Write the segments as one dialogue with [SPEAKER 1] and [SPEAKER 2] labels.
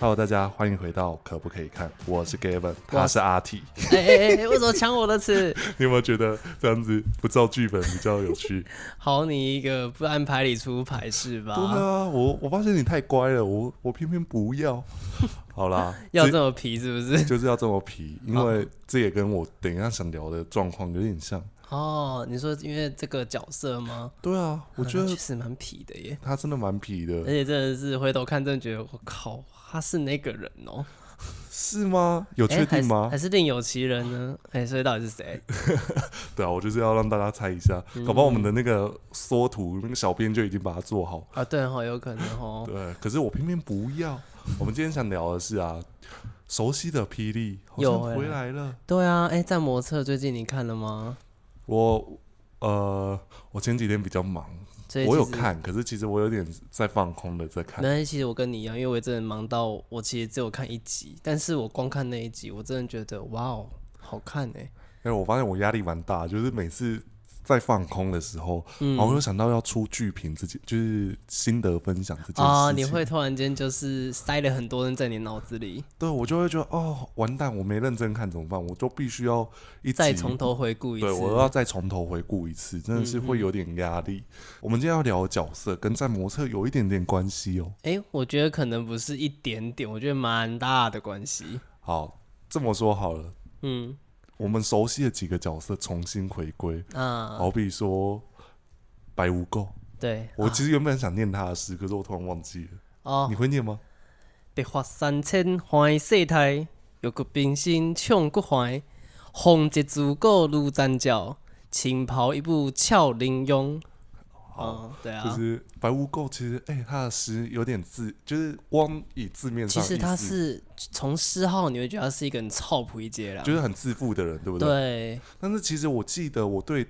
[SPEAKER 1] Hello，大家欢迎回到可不可以看？我 是 Gavin，他是阿 T。
[SPEAKER 2] 哎哎哎，为什么抢我的词？
[SPEAKER 1] 你有没有觉得这样子不照剧本比较有 趣？
[SPEAKER 2] 好你一个，不按牌理出牌是吧？
[SPEAKER 1] 对啊，我我发现你太乖了，我我偏偏不要。 好 啦，
[SPEAKER 2] 要
[SPEAKER 1] 这
[SPEAKER 2] 这么皮是不是？
[SPEAKER 1] 就是要这么皮，因为这也跟我等一下想聊的状况有点像。
[SPEAKER 2] 哦，你说因为这个角色吗？
[SPEAKER 1] 对啊，我觉
[SPEAKER 2] 确
[SPEAKER 1] 得哎
[SPEAKER 2] 实蛮皮的耶，
[SPEAKER 1] 他真的蛮皮的，
[SPEAKER 2] 而且真的是回头看，真的觉得我靠，他是那个人哦、
[SPEAKER 1] 是吗？有
[SPEAKER 2] 哎
[SPEAKER 1] 确定
[SPEAKER 2] 还是
[SPEAKER 1] 吗
[SPEAKER 2] 还？是另有其人呢？哎、所以到底是谁？
[SPEAKER 1] 对啊，我就是要让大家猜一下，搞不好我们的那个缩图，那个小编就已经把它做好。
[SPEAKER 2] 啊，对哦，有可能哦。
[SPEAKER 1] 对，可是我偏偏不 要。我们今天想聊的是啊，熟悉的霹雳好像
[SPEAKER 2] 又回来
[SPEAKER 1] 回来了。
[SPEAKER 2] 对啊，哎、战魔册最近你看了吗？
[SPEAKER 1] 我呃，我前几天比较忙，
[SPEAKER 2] 所以
[SPEAKER 1] 我有
[SPEAKER 2] 其实。
[SPEAKER 1] 看，可是其实我有点在放空的在看
[SPEAKER 2] 没。关系，其实我跟你一样，因为我真的忙到我其实只有看一集，但是我光看那一集，我真的觉得哇哦，好看哎、
[SPEAKER 1] 因为我发现我压力蛮大，就是每次在放空的时候，
[SPEAKER 2] 嗯
[SPEAKER 1] 然后我又想到要出剧评自己，就是心得分享这件事情。
[SPEAKER 2] 啊，你会突然间就是塞了很多人在你脑子里，
[SPEAKER 1] 对我就会觉得哦，完蛋，我没认真看怎么办？我就必须要一
[SPEAKER 2] 再
[SPEAKER 1] 集
[SPEAKER 2] 从头回顾一次。嗯
[SPEAKER 1] 对，我要再从头回顾一次，真的是会有点压力。我们今天要聊的角色跟战魔策有一点点关系哦。
[SPEAKER 2] 哎、我觉得可能不是一点点，我觉得蛮大的关系。
[SPEAKER 1] 好，这么说好了，
[SPEAKER 2] 嗯
[SPEAKER 1] 我们熟悉的几个角色重新回归，
[SPEAKER 2] 啊，
[SPEAKER 1] 好比说白无垢，
[SPEAKER 2] 对，
[SPEAKER 1] 我其实原本想念他的诗，可是我突然忘记了。
[SPEAKER 2] 啊哦
[SPEAKER 1] 你，会念吗？
[SPEAKER 2] 白发三千换世态，玉骨冰心唱骨怀，风一自古如战鸟，青袍一步俏玲珑。哦，对啊，
[SPEAKER 1] 就是白无垢，其实哎、他的诗有点字，就是光以字面
[SPEAKER 2] 其
[SPEAKER 1] 上，
[SPEAKER 2] 实他，是从诗号，你会觉得他是一个很臭朴一阶啦。
[SPEAKER 1] 就是很自负的人，对不对？
[SPEAKER 2] 对，
[SPEAKER 1] 但是其实我记得我对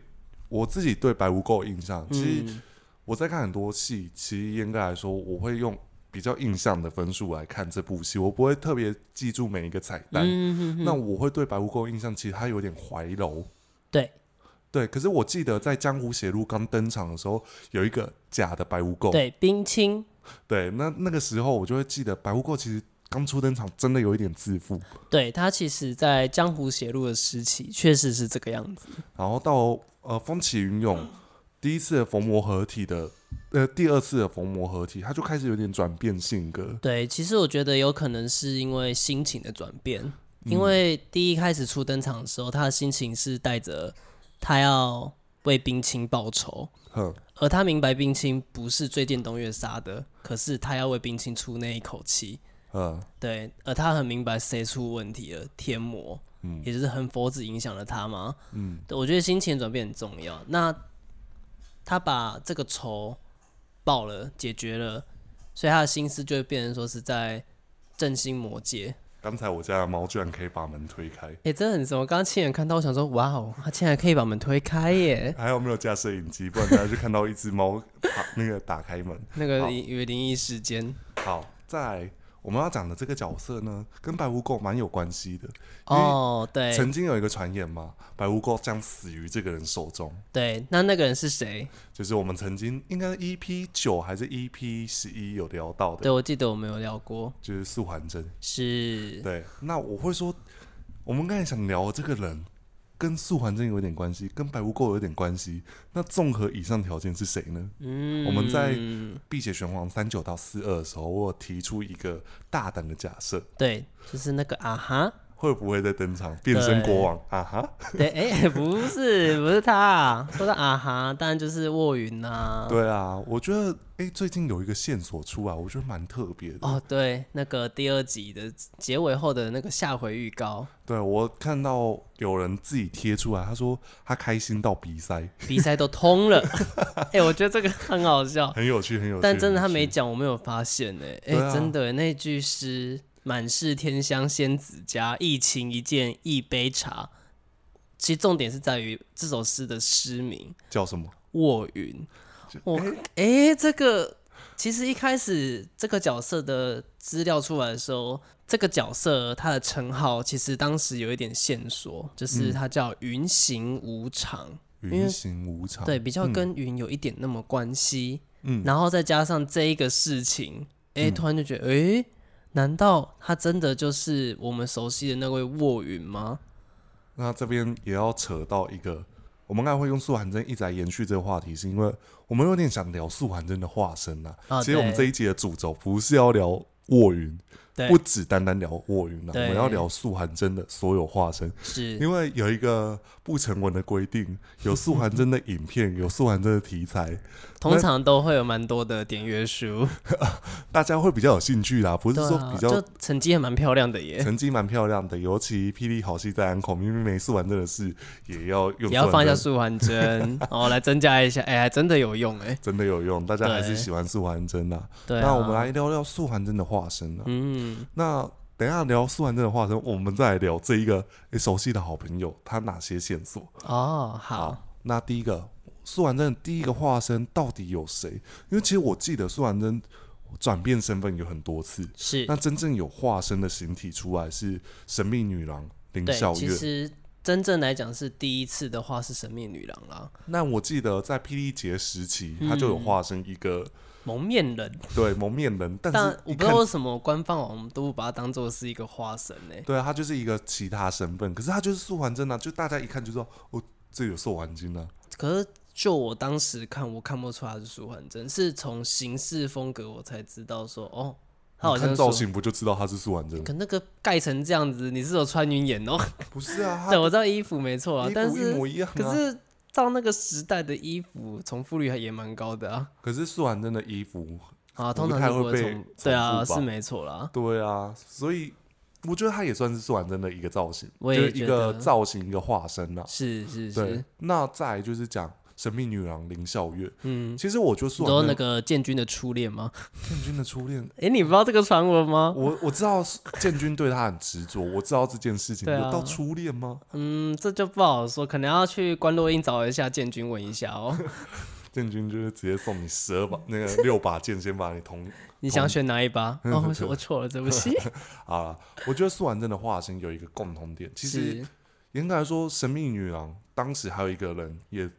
[SPEAKER 1] 我自己对白无垢的印象，其实。
[SPEAKER 2] 嗯，
[SPEAKER 1] 我在看很多戏，其实应该来说，我会用比较印象的分数来看这部戏，我不会特别记住每一个彩蛋。
[SPEAKER 2] 嗯
[SPEAKER 1] 那我会对白无垢印象，其实他有点怀柔。
[SPEAKER 2] 对
[SPEAKER 1] 对，可是我记得在《江湖血路》刚登场的时候，有一个假的白无垢。
[SPEAKER 2] 对，冰清，
[SPEAKER 1] 对那那个时候我就会记得白无垢其实刚出登场真的有一点自负，
[SPEAKER 2] 对他其实，在江湖写入的时期，确实是这个样子。
[SPEAKER 1] 然后到呃风起云涌第一次的逢魔合体的，呃第二次的逢魔合体，他就开始有点转变性格。
[SPEAKER 2] 对，其实我觉得有可能是因为心情的转变，因为第一开始初登场的时候，他的心情是带着他要为冰清报仇，
[SPEAKER 1] 哼，
[SPEAKER 2] 而他明白冰清不是最近东月杀的，可是他要为冰清出那一口气。
[SPEAKER 1] 嗯。
[SPEAKER 2] 对，而他很明白谁出问题了，天魔，
[SPEAKER 1] 嗯
[SPEAKER 2] 也就是横佛子影响了他嘛。
[SPEAKER 1] 嗯，
[SPEAKER 2] 对，我觉得心情转变很重要。那他把这个仇报了，解决了，所以他的心思就会变成说是在振兴魔界。
[SPEAKER 1] 刚才我家的猫居然可以把门推开，
[SPEAKER 2] 哎、真的很什么？刚刚亲眼看到，我想说，哇哦，他竟然可以把门推开耶！
[SPEAKER 1] 还好没有架摄影机，不然大家就看到一只猫爬那个打开门。
[SPEAKER 2] 那
[SPEAKER 1] 好
[SPEAKER 2] 个以为灵异事件，
[SPEAKER 1] 好，再来我们要讲的这个角色呢，跟白无垢蛮有关系的。因为
[SPEAKER 2] 哦，对
[SPEAKER 1] 曾经有一个传言嘛，白无垢将死于这个人手中，
[SPEAKER 2] 对，那那个人是谁？
[SPEAKER 1] 就是我们曾经应该 EP 九还是 EP 十一有聊到的，
[SPEAKER 2] 对，我记得我们有聊过，
[SPEAKER 1] 就是素还真。
[SPEAKER 2] 是
[SPEAKER 1] 对，那我会说，我们刚才想聊的这个人跟素还真有点关系，跟白无垢有点关系。那综合以上条件是谁呢？
[SPEAKER 2] 嗯，
[SPEAKER 1] 我们在碧血玄黄三九到四二的时候，我有提出一个大胆的假设，
[SPEAKER 2] 对，就是那个啊哈，
[SPEAKER 1] 会不会在登场变身国王啊哈？
[SPEAKER 2] 对，哎、 不是，不是他、说的啊哈，当然就是卧云呐、
[SPEAKER 1] 对啊，我觉得哎、诶最近有一个线索出来，我觉得蛮特别的。
[SPEAKER 2] 哦，对，那个第二集的结尾后的那个下回预告，
[SPEAKER 1] 对我看到有人自己贴出来，他说他开心到鼻塞，
[SPEAKER 2] 比赛都通 了。哎、我觉得这个很好笑，
[SPEAKER 1] 很有趣，很有趣。
[SPEAKER 2] 但真的
[SPEAKER 1] 很
[SPEAKER 2] 他
[SPEAKER 1] 有
[SPEAKER 2] 没
[SPEAKER 1] 趣
[SPEAKER 2] 讲，我没有发现哎、哎、
[SPEAKER 1] 对啊
[SPEAKER 2] 真的、那句诗“满是天香仙子家，一琴一剑一杯茶”，其实重点是在于这首诗的诗名。
[SPEAKER 1] 叫什么？
[SPEAKER 2] 卧云。我哎、这个其实一开始这个角色的资料出来的时候，这个角色他的称号其实当时有一点线索，
[SPEAKER 1] 嗯
[SPEAKER 2] 就是他叫云行无常，为
[SPEAKER 1] 云行无常。
[SPEAKER 2] 对，比较跟云有一点那么关系。
[SPEAKER 1] 嗯
[SPEAKER 2] 然后再加上这一个事情，哎、突然就觉得哎、难道他真的就是我们熟悉的那位卧云吗？
[SPEAKER 1] 那这边也要扯到一个，我们刚才会用素寒真一直来延续这个话题，是因为我们有点想聊素寒真的化身啊。
[SPEAKER 2] 啊
[SPEAKER 1] 其实我们这
[SPEAKER 2] 对
[SPEAKER 1] 一集的主轴不是要聊卧云，
[SPEAKER 2] 对
[SPEAKER 1] 不，只单单聊卧云了，啊我
[SPEAKER 2] 对
[SPEAKER 1] 们要聊素寒真的所有化身，
[SPEAKER 2] 是
[SPEAKER 1] 因为有一个不成文的规定，有素寒真的影 片，有素寒真的题材，
[SPEAKER 2] 通常都会有蛮多的点阅书，
[SPEAKER 1] 大家会比较有兴趣啦，不是
[SPEAKER 2] 对
[SPEAKER 1] 说
[SPEAKER 2] 啊，
[SPEAKER 1] 比较
[SPEAKER 2] 就成绩还蛮漂亮的耶，
[SPEAKER 1] 成绩蛮漂亮的，尤其霹雳好戏在安口，明明没素完真的事，也要用
[SPEAKER 2] 也要
[SPEAKER 1] 素
[SPEAKER 2] 放
[SPEAKER 1] 完
[SPEAKER 2] 一下
[SPEAKER 1] 真
[SPEAKER 2] 素还 真哦，来增加一下，哎、还真的有用哎，
[SPEAKER 1] 真的有用，大家还是
[SPEAKER 2] 对
[SPEAKER 1] 喜欢素还真啦、
[SPEAKER 2] 对、啊，
[SPEAKER 1] 那我们来聊聊素还真的化身啊。
[SPEAKER 2] 嗯，
[SPEAKER 1] 那等一下聊素还真的化身，我们再来聊这一个、诶熟悉的好朋友，他哪些线索？
[SPEAKER 2] 哦，好，
[SPEAKER 1] 那第一个素还真的第一个化身到底有谁？因为其实我记得素还真转变身份有很多次，
[SPEAKER 2] 是
[SPEAKER 1] 那真正有化身的形体出来是神秘女郎林
[SPEAKER 2] 对，
[SPEAKER 1] 小
[SPEAKER 2] 其
[SPEAKER 1] 月。
[SPEAKER 2] 实真正来讲是第一次的话是神秘女郎啦，
[SPEAKER 1] 那我记得在霹雳节时期，他就有化身一个、
[SPEAKER 2] 蒙面人，
[SPEAKER 1] 对蒙面人，但
[SPEAKER 2] 但
[SPEAKER 1] 是
[SPEAKER 2] 我
[SPEAKER 1] 一
[SPEAKER 2] 不知道
[SPEAKER 1] 看
[SPEAKER 2] 为什么官方网红都不把它当做是一个花神哎呢、
[SPEAKER 1] 对啊，他就是一个其他身份，可是他就是素还真啊，就大家一看就知道哦，这有素还真啊，
[SPEAKER 2] 可是就我当时看，我看不出他是舒缓真，是从行事风格我才知道说，哦，他好
[SPEAKER 1] 你
[SPEAKER 2] 像
[SPEAKER 1] 看
[SPEAKER 2] 是
[SPEAKER 1] 造
[SPEAKER 2] 舒。
[SPEAKER 1] 型不就知道他是素还真？
[SPEAKER 2] 可那个盖成这样子，你是有穿云眼哦？
[SPEAKER 1] 不是 啊，
[SPEAKER 2] 对，
[SPEAKER 1] 他
[SPEAKER 2] 我知道衣服没错啊，但
[SPEAKER 1] 衣服一
[SPEAKER 2] 是
[SPEAKER 1] 模一样、啊。
[SPEAKER 2] 可是照那个时代的衣服，重复率还也蛮高的啊。
[SPEAKER 1] 可是素还真的衣服，
[SPEAKER 2] 啊，
[SPEAKER 1] 不
[SPEAKER 2] 通常
[SPEAKER 1] 太
[SPEAKER 2] 是不
[SPEAKER 1] 会
[SPEAKER 2] 会
[SPEAKER 1] 被
[SPEAKER 2] 重
[SPEAKER 1] 重，
[SPEAKER 2] 对啊，
[SPEAKER 1] 复吧
[SPEAKER 2] 是没错啦。
[SPEAKER 1] 对啊，所以我觉得他也算是素还真的一个造型，
[SPEAKER 2] 我也
[SPEAKER 1] 就是一
[SPEAKER 2] 觉
[SPEAKER 1] 个
[SPEAKER 2] 得
[SPEAKER 1] 造型一个化身啊。
[SPEAKER 2] 是是
[SPEAKER 1] 对
[SPEAKER 2] 是，，
[SPEAKER 1] 那再来就是讲神秘女郎林笑月，
[SPEAKER 2] 嗯，
[SPEAKER 1] 其实我觉得素
[SPEAKER 2] 你
[SPEAKER 1] 还
[SPEAKER 2] 说
[SPEAKER 1] 真
[SPEAKER 2] 那个建军的初恋吗？
[SPEAKER 1] 建军的初恋
[SPEAKER 2] 诶，你不知道这个传闻吗？
[SPEAKER 1] 我我知道是建军对他很执着，我知道这件事情、
[SPEAKER 2] 对啊
[SPEAKER 1] 有到初恋吗？
[SPEAKER 2] 嗯，这就不好说，可能要去关洛英找一下建军问一下哦。
[SPEAKER 1] 建军就是直接送你十二 把那个六把剑，先把你捅
[SPEAKER 2] 你想选哪一把？哦，我我错了，对不起。
[SPEAKER 1] 啊！我觉得素还真的化身有一个共同点， 其实
[SPEAKER 2] 是
[SPEAKER 1] 严格来说，神秘女郎当时还有一个人也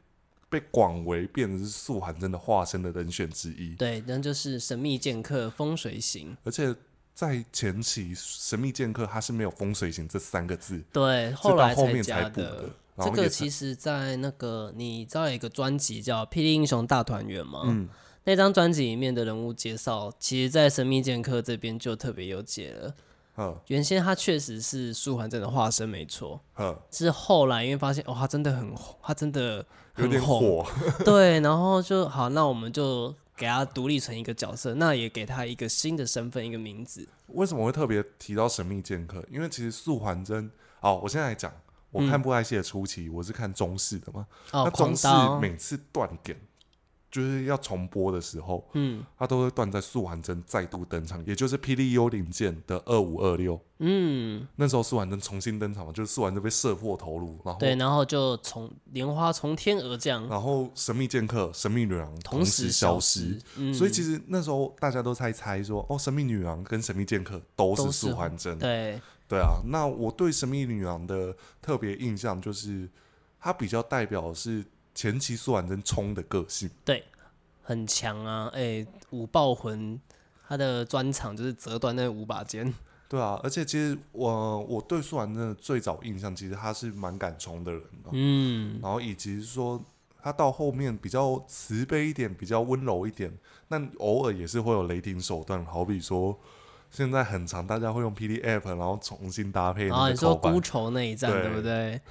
[SPEAKER 1] 被广为变成是素还真的化身的人选之一，
[SPEAKER 2] 对，那就是神秘剑客风水行。
[SPEAKER 1] 而且在前期神秘剑客他是没有风水型这三个字，
[SPEAKER 2] 对，
[SPEAKER 1] 是到
[SPEAKER 2] 来
[SPEAKER 1] 后
[SPEAKER 2] 才
[SPEAKER 1] 面
[SPEAKER 2] 加
[SPEAKER 1] 才补
[SPEAKER 2] 的
[SPEAKER 1] 的。。
[SPEAKER 2] 这
[SPEAKER 1] 然后
[SPEAKER 2] 个
[SPEAKER 1] 也才
[SPEAKER 2] 其实，在那个你知道有一个专辑叫《霹雳英雄大团圆》吗？
[SPEAKER 1] 嗯
[SPEAKER 2] 那张专辑里面的人物介绍，其实，在《神秘剑客》这边就特别有解了。
[SPEAKER 1] 嗯
[SPEAKER 2] 原先他确实是舒缓真的化身，没错。
[SPEAKER 1] 嗯，
[SPEAKER 2] 是后来因为发现哦，他真的很红，他真的
[SPEAKER 1] 有
[SPEAKER 2] 很
[SPEAKER 1] 点
[SPEAKER 2] 红，
[SPEAKER 1] 火，
[SPEAKER 2] 对，然后就好，那我们就给他独立成一个角色，那也给他一个新的身份，一个名字。
[SPEAKER 1] 为什么会特别提到神秘剑客？因为其实素还真，哦，我现在来讲，我
[SPEAKER 2] 嗯
[SPEAKER 1] 看布袋戏的初期，我是看中式的嘛，那，
[SPEAKER 2] 哦
[SPEAKER 1] 中
[SPEAKER 2] 狂
[SPEAKER 1] 式
[SPEAKER 2] 刀，
[SPEAKER 1] 每次断点。就是要重播的时候，
[SPEAKER 2] 嗯
[SPEAKER 1] 它都会断在素还真再度登场，也就是《霹雳幽灵剑》的二五二六。
[SPEAKER 2] 嗯，
[SPEAKER 1] 那时候素还真重新登场嘛，就是素还真被射破头颅，然后
[SPEAKER 2] 对，然后就从莲花从天而降，
[SPEAKER 1] 然后神秘剑客、神秘女郎哦同时
[SPEAKER 2] 时
[SPEAKER 1] 消
[SPEAKER 2] 失
[SPEAKER 1] 失。。
[SPEAKER 2] 嗯，
[SPEAKER 1] 所以其实那时候大家都在猜说，哦，神秘女郎跟神秘剑客都
[SPEAKER 2] 都
[SPEAKER 1] 是
[SPEAKER 2] 是
[SPEAKER 1] 素还真。
[SPEAKER 2] 对，
[SPEAKER 1] 对啊，那我对神秘女郎的特别印象就是，她比较代表的是前期苏婉珍冲的个性，
[SPEAKER 2] 很强啊，哎、五爆魂。他的专场就是折断那五把剑，
[SPEAKER 1] 对啊，而且其实我我对苏婉珍的最早印象，其实她是蛮敢冲的人啊、
[SPEAKER 2] 嗯，
[SPEAKER 1] 然后以及是说她到后面比较慈悲一点，比较温柔一点，那偶尔也是会有雷霆手段，好比说现在很常大家会用 P D App，然后重新搭配
[SPEAKER 2] 然
[SPEAKER 1] 那
[SPEAKER 2] 后啊你
[SPEAKER 1] 个
[SPEAKER 2] 说
[SPEAKER 1] 口白
[SPEAKER 2] 孤，愁那一战
[SPEAKER 1] 对
[SPEAKER 2] 对不对？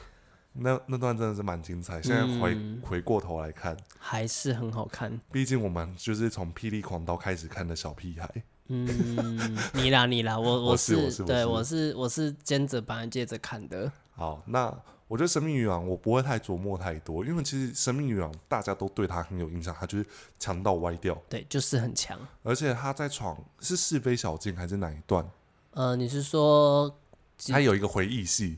[SPEAKER 1] 那那段真的是蛮精彩，现在回、
[SPEAKER 2] 嗯
[SPEAKER 1] 回过头来看。
[SPEAKER 2] 还是很好看，
[SPEAKER 1] 毕竟我们就是从《霹雳狂刀》开始看的小屁孩，
[SPEAKER 2] 嗯， 你啦你啦，我
[SPEAKER 1] 我是
[SPEAKER 2] 是
[SPEAKER 1] 我是我
[SPEAKER 2] 对
[SPEAKER 1] 是
[SPEAKER 2] 我是我是兼着把人接着看的，
[SPEAKER 1] 好，那我觉得《神秘女郎》我不会太琢磨太多，因为其实《神秘女郎》大家都对她很有印象，她就是强到歪掉，
[SPEAKER 2] 对，就是很强。
[SPEAKER 1] 而且她在闯是是非小径还是哪一段，
[SPEAKER 2] 呃，你是说是
[SPEAKER 1] 她有一个回忆戏，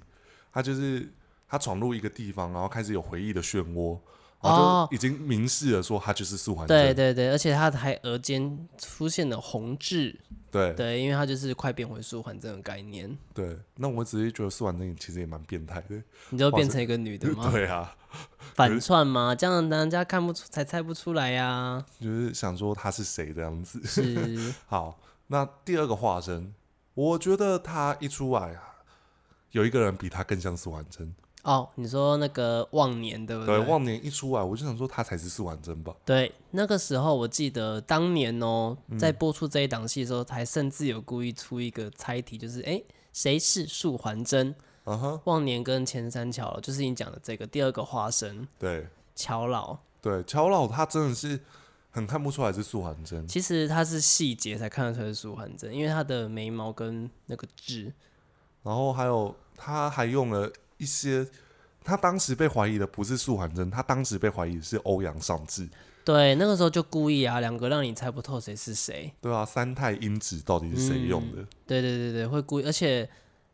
[SPEAKER 1] 她就是她闯入一个地方，然后开始有回忆的漩涡，然后
[SPEAKER 2] 哦
[SPEAKER 1] 就已经明示了说她就是素还
[SPEAKER 2] 对
[SPEAKER 1] 真，
[SPEAKER 2] 对对，而且他还额间出现了红痣，
[SPEAKER 1] 对
[SPEAKER 2] 对，因为他就是快变回舒缓这种概念，
[SPEAKER 1] 对那我只是觉得素还真其实也蛮变态的，
[SPEAKER 2] 你就
[SPEAKER 1] 哇
[SPEAKER 2] 变
[SPEAKER 1] 这
[SPEAKER 2] 成一个女的 吗？
[SPEAKER 1] 对啊，
[SPEAKER 2] 反串吗？这样人家看不出，才猜不出来呀、
[SPEAKER 1] 就是想说她是谁这样子。
[SPEAKER 2] 是
[SPEAKER 1] 好，那第二个化身我觉得他一出来啊，有一个人比他更像苏婉珍。
[SPEAKER 2] 哦，你说那个忘年对不
[SPEAKER 1] 对，忘年一出来，我就想说他才是苏婉珍吧。
[SPEAKER 2] 对，那个时候我记得当年哦，
[SPEAKER 1] 嗯
[SPEAKER 2] 在播出这一档戏的时候，还甚至有故意出一个猜题，就是哎，诶谁是素还真？
[SPEAKER 1] 啊哈，
[SPEAKER 2] 忘年跟前三巧老，就是你讲的这个第二个花生
[SPEAKER 1] 对
[SPEAKER 2] 巧老，
[SPEAKER 1] 对，乔老他真的是很看不出来是素婉珍。
[SPEAKER 2] 其实它是细节才看得出来是素还真，因为她的眉毛跟那个痣，
[SPEAKER 1] 然后还有他还用了一些，他当时被怀疑的不是素还真，他当时被怀疑的是欧阳尚志，
[SPEAKER 2] 对，那个时候就故意啊，两个让你猜不透谁是谁，
[SPEAKER 1] 对啊，三太因子到底是谁用的？
[SPEAKER 2] 对对对对，会故意，而且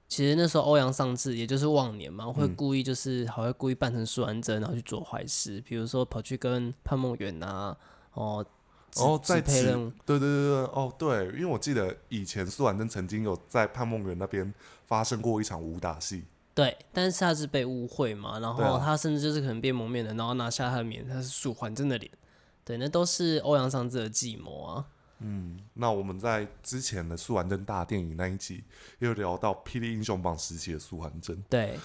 [SPEAKER 2] 其实那时候欧阳尚志也就是忘年嘛，
[SPEAKER 1] 嗯
[SPEAKER 2] 会故意就是还会故意扮成苏完真，然后去做坏事，比如说跑去跟潘梦圆啊，哦，指
[SPEAKER 1] 哦在
[SPEAKER 2] 指配
[SPEAKER 1] 此
[SPEAKER 2] 任务，
[SPEAKER 1] 对对对对，哦对，因为我记得以前素还真曾经有在潘梦圆那边发生过一场武打戏，
[SPEAKER 2] 对，但是他是被误会嘛，然
[SPEAKER 1] 对啊
[SPEAKER 2] 后他甚至就是可能变蒙面人，然后拿下他的面，他是素还真的脸，对，那都是欧阳尚志的计谋啊，
[SPEAKER 1] 那我们在之前的素还真大电影那一集，又聊到《霹雳英雄榜》时期的素还真。
[SPEAKER 2] 对，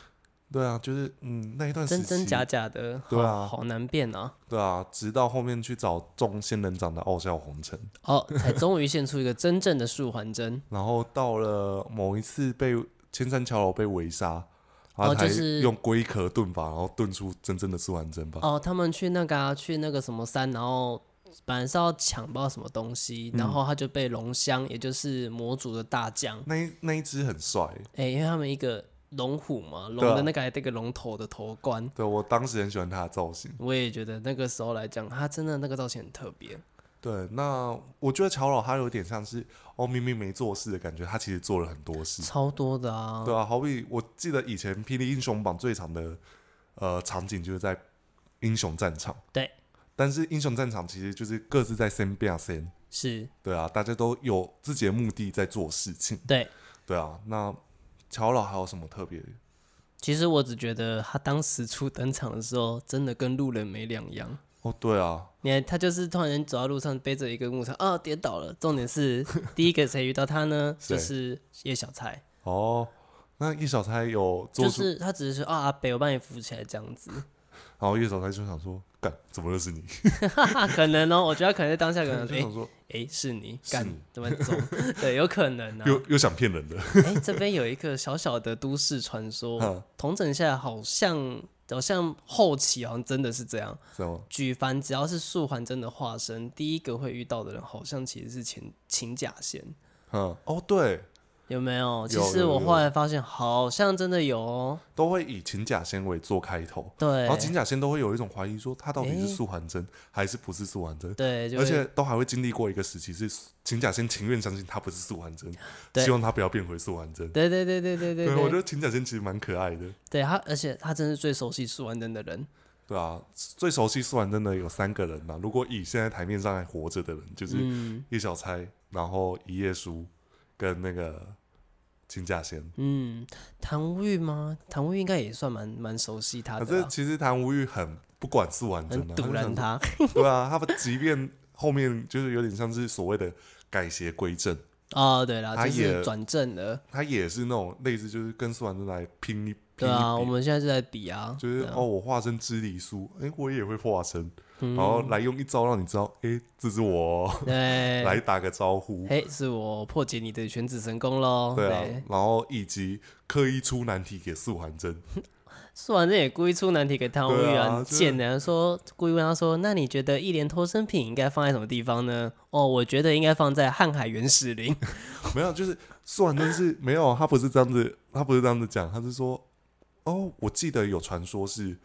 [SPEAKER 1] 对啊，就是嗯那一段时
[SPEAKER 2] 真
[SPEAKER 1] 期，
[SPEAKER 2] 真假假的，好
[SPEAKER 1] 对啊
[SPEAKER 2] 好难辨啊，
[SPEAKER 1] 对啊，直到后面去找中仙人掌的傲笑红尘，
[SPEAKER 2] 哦，才终于现出一个真正的素还真。
[SPEAKER 1] 然后到了某一次被千山乔楼被围杀，然
[SPEAKER 2] 哦
[SPEAKER 1] 后才
[SPEAKER 2] 就是
[SPEAKER 1] 用龟壳盾法，然后盾出真正的素还真吧。
[SPEAKER 2] 哦，他们去那个、啊、去那个什么山，然后本来是要抢不知道什么东西，
[SPEAKER 1] 嗯
[SPEAKER 2] 然后他就被龙骧，也就是魔族的大将，
[SPEAKER 1] 那一那一只很帅，
[SPEAKER 2] 哎、因为他们一个龙虎嘛，龙
[SPEAKER 1] 对啊
[SPEAKER 2] 的那个还带个龙头的头冠，
[SPEAKER 1] 对我当时很喜欢他的造型。
[SPEAKER 2] 我也觉得那个时候来讲，他真的那个造型很特别。
[SPEAKER 1] 嗯对，那我觉得乔老他有点像是哦，明明没做事的感觉，他其实做了很多事。
[SPEAKER 2] 超多的啊，
[SPEAKER 1] 对啊，好比我记得以前《霹雳英雄榜》最长的呃场景就是在英雄战场。
[SPEAKER 2] 对，
[SPEAKER 1] 但是英雄战场其实就是各自在身边先。
[SPEAKER 2] 是
[SPEAKER 1] 对啊，大家都有自己的目的在做事情。
[SPEAKER 2] 对。
[SPEAKER 1] 对啊，那乔老还有什么特别的？
[SPEAKER 2] 其实我只觉得他当时初登场的时候，真的跟路人没两样。
[SPEAKER 1] 哦，对啊，
[SPEAKER 2] 你看，他就是突然间走到路上，背着一个木叉，啊，跌倒了。重 点是第一个谁遇到他呢？
[SPEAKER 1] 谁
[SPEAKER 2] 就是叶小钗，
[SPEAKER 1] 哦，那叶小钗有做
[SPEAKER 2] 就
[SPEAKER 1] 出，
[SPEAKER 2] 是他只是说啊，阿北，我帮你扶起来这样子，
[SPEAKER 1] 然后叶小钗就想说，干，怎么认识你？
[SPEAKER 2] 哈哈，可能哦，我觉得他可能在当下可能
[SPEAKER 1] 就
[SPEAKER 2] 哎
[SPEAKER 1] 想说，
[SPEAKER 2] 哎是你
[SPEAKER 1] 是
[SPEAKER 2] 干
[SPEAKER 1] 你
[SPEAKER 2] 怎么走， 对，有可能啊。
[SPEAKER 1] 又又想骗人的，
[SPEAKER 2] 哎，这边有一个小小的都市传
[SPEAKER 1] 嗯
[SPEAKER 2] 说，统整下来好像好像后期好像真的是这样。
[SPEAKER 1] 知道吗？
[SPEAKER 2] 举凡只要是素还真的化身，第一个会遇到的人好像其实是秦秦假仙。
[SPEAKER 1] 嗯，哦，对，
[SPEAKER 2] 有没有？其
[SPEAKER 1] 有
[SPEAKER 2] 实
[SPEAKER 1] 有
[SPEAKER 2] 我
[SPEAKER 1] 有
[SPEAKER 2] 后来发现，好像真的有哦。
[SPEAKER 1] 都会以秦假仙为做开头，
[SPEAKER 2] 对
[SPEAKER 1] 然后秦假仙都会有一种怀疑，说他到底是
[SPEAKER 2] 诶
[SPEAKER 1] 素还真还是不是素还真？
[SPEAKER 2] 对，就
[SPEAKER 1] 而
[SPEAKER 2] 会
[SPEAKER 1] 且都还会经历过一个时期，是秦假仙情愿相信他不是素还真，
[SPEAKER 2] 对
[SPEAKER 1] 希望他不要变回素还真。
[SPEAKER 2] 对对对对对对
[SPEAKER 1] 我
[SPEAKER 2] 对
[SPEAKER 1] 觉得秦假仙其实蛮可爱的。
[SPEAKER 2] 对他，而且他真是最熟悉苏完真的人。
[SPEAKER 1] 对啊，最熟悉素还真的有三个人嘛。如果以现在台面上还活着的人，就是
[SPEAKER 2] 嗯
[SPEAKER 1] 叶小钗，然后一页书跟那个金假仙。
[SPEAKER 2] 嗯，谭无欲吗？谭无欲应该也算蛮蛮熟悉他
[SPEAKER 1] 可
[SPEAKER 2] 的
[SPEAKER 1] 啊是
[SPEAKER 2] 啦，
[SPEAKER 1] 其实谭无欲很不管素还真
[SPEAKER 2] 啊很
[SPEAKER 1] 啊，
[SPEAKER 2] 堵拦
[SPEAKER 1] 他
[SPEAKER 2] 他。
[SPEAKER 1] 就想 说。对啊，他们即便后面就是有点像是所谓的改邪归正，
[SPEAKER 2] 哦，对啦，
[SPEAKER 1] 他
[SPEAKER 2] 就
[SPEAKER 1] 也
[SPEAKER 2] 是转正了。
[SPEAKER 1] 他也是那种类似就是跟素还真来拼一拼
[SPEAKER 2] 对啊，我
[SPEAKER 1] 一比。
[SPEAKER 2] 们现在就在比啊，
[SPEAKER 1] 就是
[SPEAKER 2] 对啊
[SPEAKER 1] 哦，我化身支离书，哎、我也会化身，
[SPEAKER 2] 嗯
[SPEAKER 1] 然后来用一招让你知道，哎、这是我哦，
[SPEAKER 2] 对，
[SPEAKER 1] 来打个招呼。
[SPEAKER 2] 嘿，是我破解你的全子神功喽。
[SPEAKER 1] 对啊，然后以及刻意出难题给素还真，
[SPEAKER 2] 苏完真也故意出难题给汤无
[SPEAKER 1] 对
[SPEAKER 2] 语
[SPEAKER 1] 啊
[SPEAKER 2] 啊，很贱的、说故意问他说：“那你觉得一连脱身品应该放在什么地方呢？”哦，我觉得应该放在瀚海原始林。
[SPEAKER 1] 没有，就是素还真是没有，他不是这样子，他不是这样子讲，他是说，哦，我记得有传说是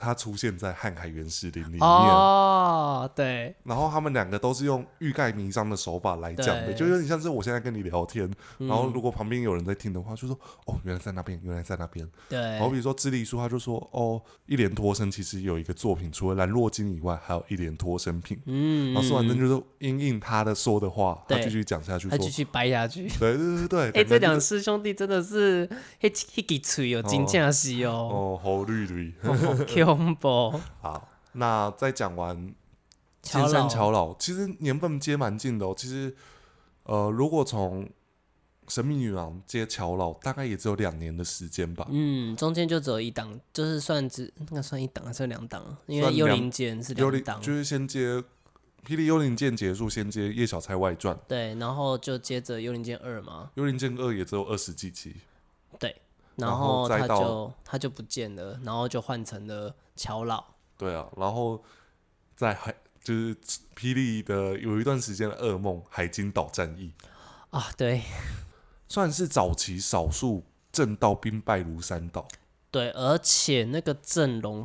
[SPEAKER 1] 他出现在瀚海原始林里面，
[SPEAKER 2] 哦，对，
[SPEAKER 1] 然后他们两个都是用欲盖弥彰的手法来讲的，
[SPEAKER 2] 对嗯
[SPEAKER 1] 就有点像是我现在跟你聊天，然后如果旁边有人在听的话，就说，哦，原来在那边，原来在那边。
[SPEAKER 2] 对
[SPEAKER 1] 好，比说智利书，他就说，哦，一连脱身其实有一个作品，除了兰若金以外，还有一连脱身品。
[SPEAKER 2] 嗯，
[SPEAKER 1] 然后苏完真就是因应他的说的话，他
[SPEAKER 2] 对
[SPEAKER 1] 继续讲下去
[SPEAKER 2] 他
[SPEAKER 1] 说，
[SPEAKER 2] 继续掰 下去。
[SPEAKER 1] 对对对对，
[SPEAKER 2] 哎、这
[SPEAKER 1] 两
[SPEAKER 2] 两师兄弟真的是嘿嘿给吹哦，金架西哦，
[SPEAKER 1] 哦，好绿绿哦
[SPEAKER 2] combo
[SPEAKER 1] 好。那再讲完
[SPEAKER 2] 乔
[SPEAKER 1] 千山
[SPEAKER 2] 老
[SPEAKER 1] 乔老，其实年份接蛮近的哦。其实，呃，如果从神秘女郎接乔老大概也只有两年的时间吧，
[SPEAKER 2] 嗯，中间就只有一档，就是算只那个算一档还是两档啊？因为
[SPEAKER 1] 算
[SPEAKER 2] 《幽
[SPEAKER 1] 两
[SPEAKER 2] 灵剑》是
[SPEAKER 1] 幽
[SPEAKER 2] 两
[SPEAKER 1] 灵
[SPEAKER 2] 档，
[SPEAKER 1] 就是先接《霹雳幽灵剑》结束，先接《叶小钗外传》，《
[SPEAKER 2] 对，然后就接着《幽灵剑二》嘛，
[SPEAKER 1] 幽灵剑二》也只有二十几集，
[SPEAKER 2] 然
[SPEAKER 1] 然后
[SPEAKER 2] 后
[SPEAKER 1] 再
[SPEAKER 2] 他
[SPEAKER 1] 到
[SPEAKER 2] 就他就不见了，然后就换成了乔老。
[SPEAKER 1] 对啊，然后在海就是霹雳的有一段时间的噩梦——海津岛战役，
[SPEAKER 2] 啊，对
[SPEAKER 1] 算是早期少数正道兵败如山倒，
[SPEAKER 2] 对，而且那个阵容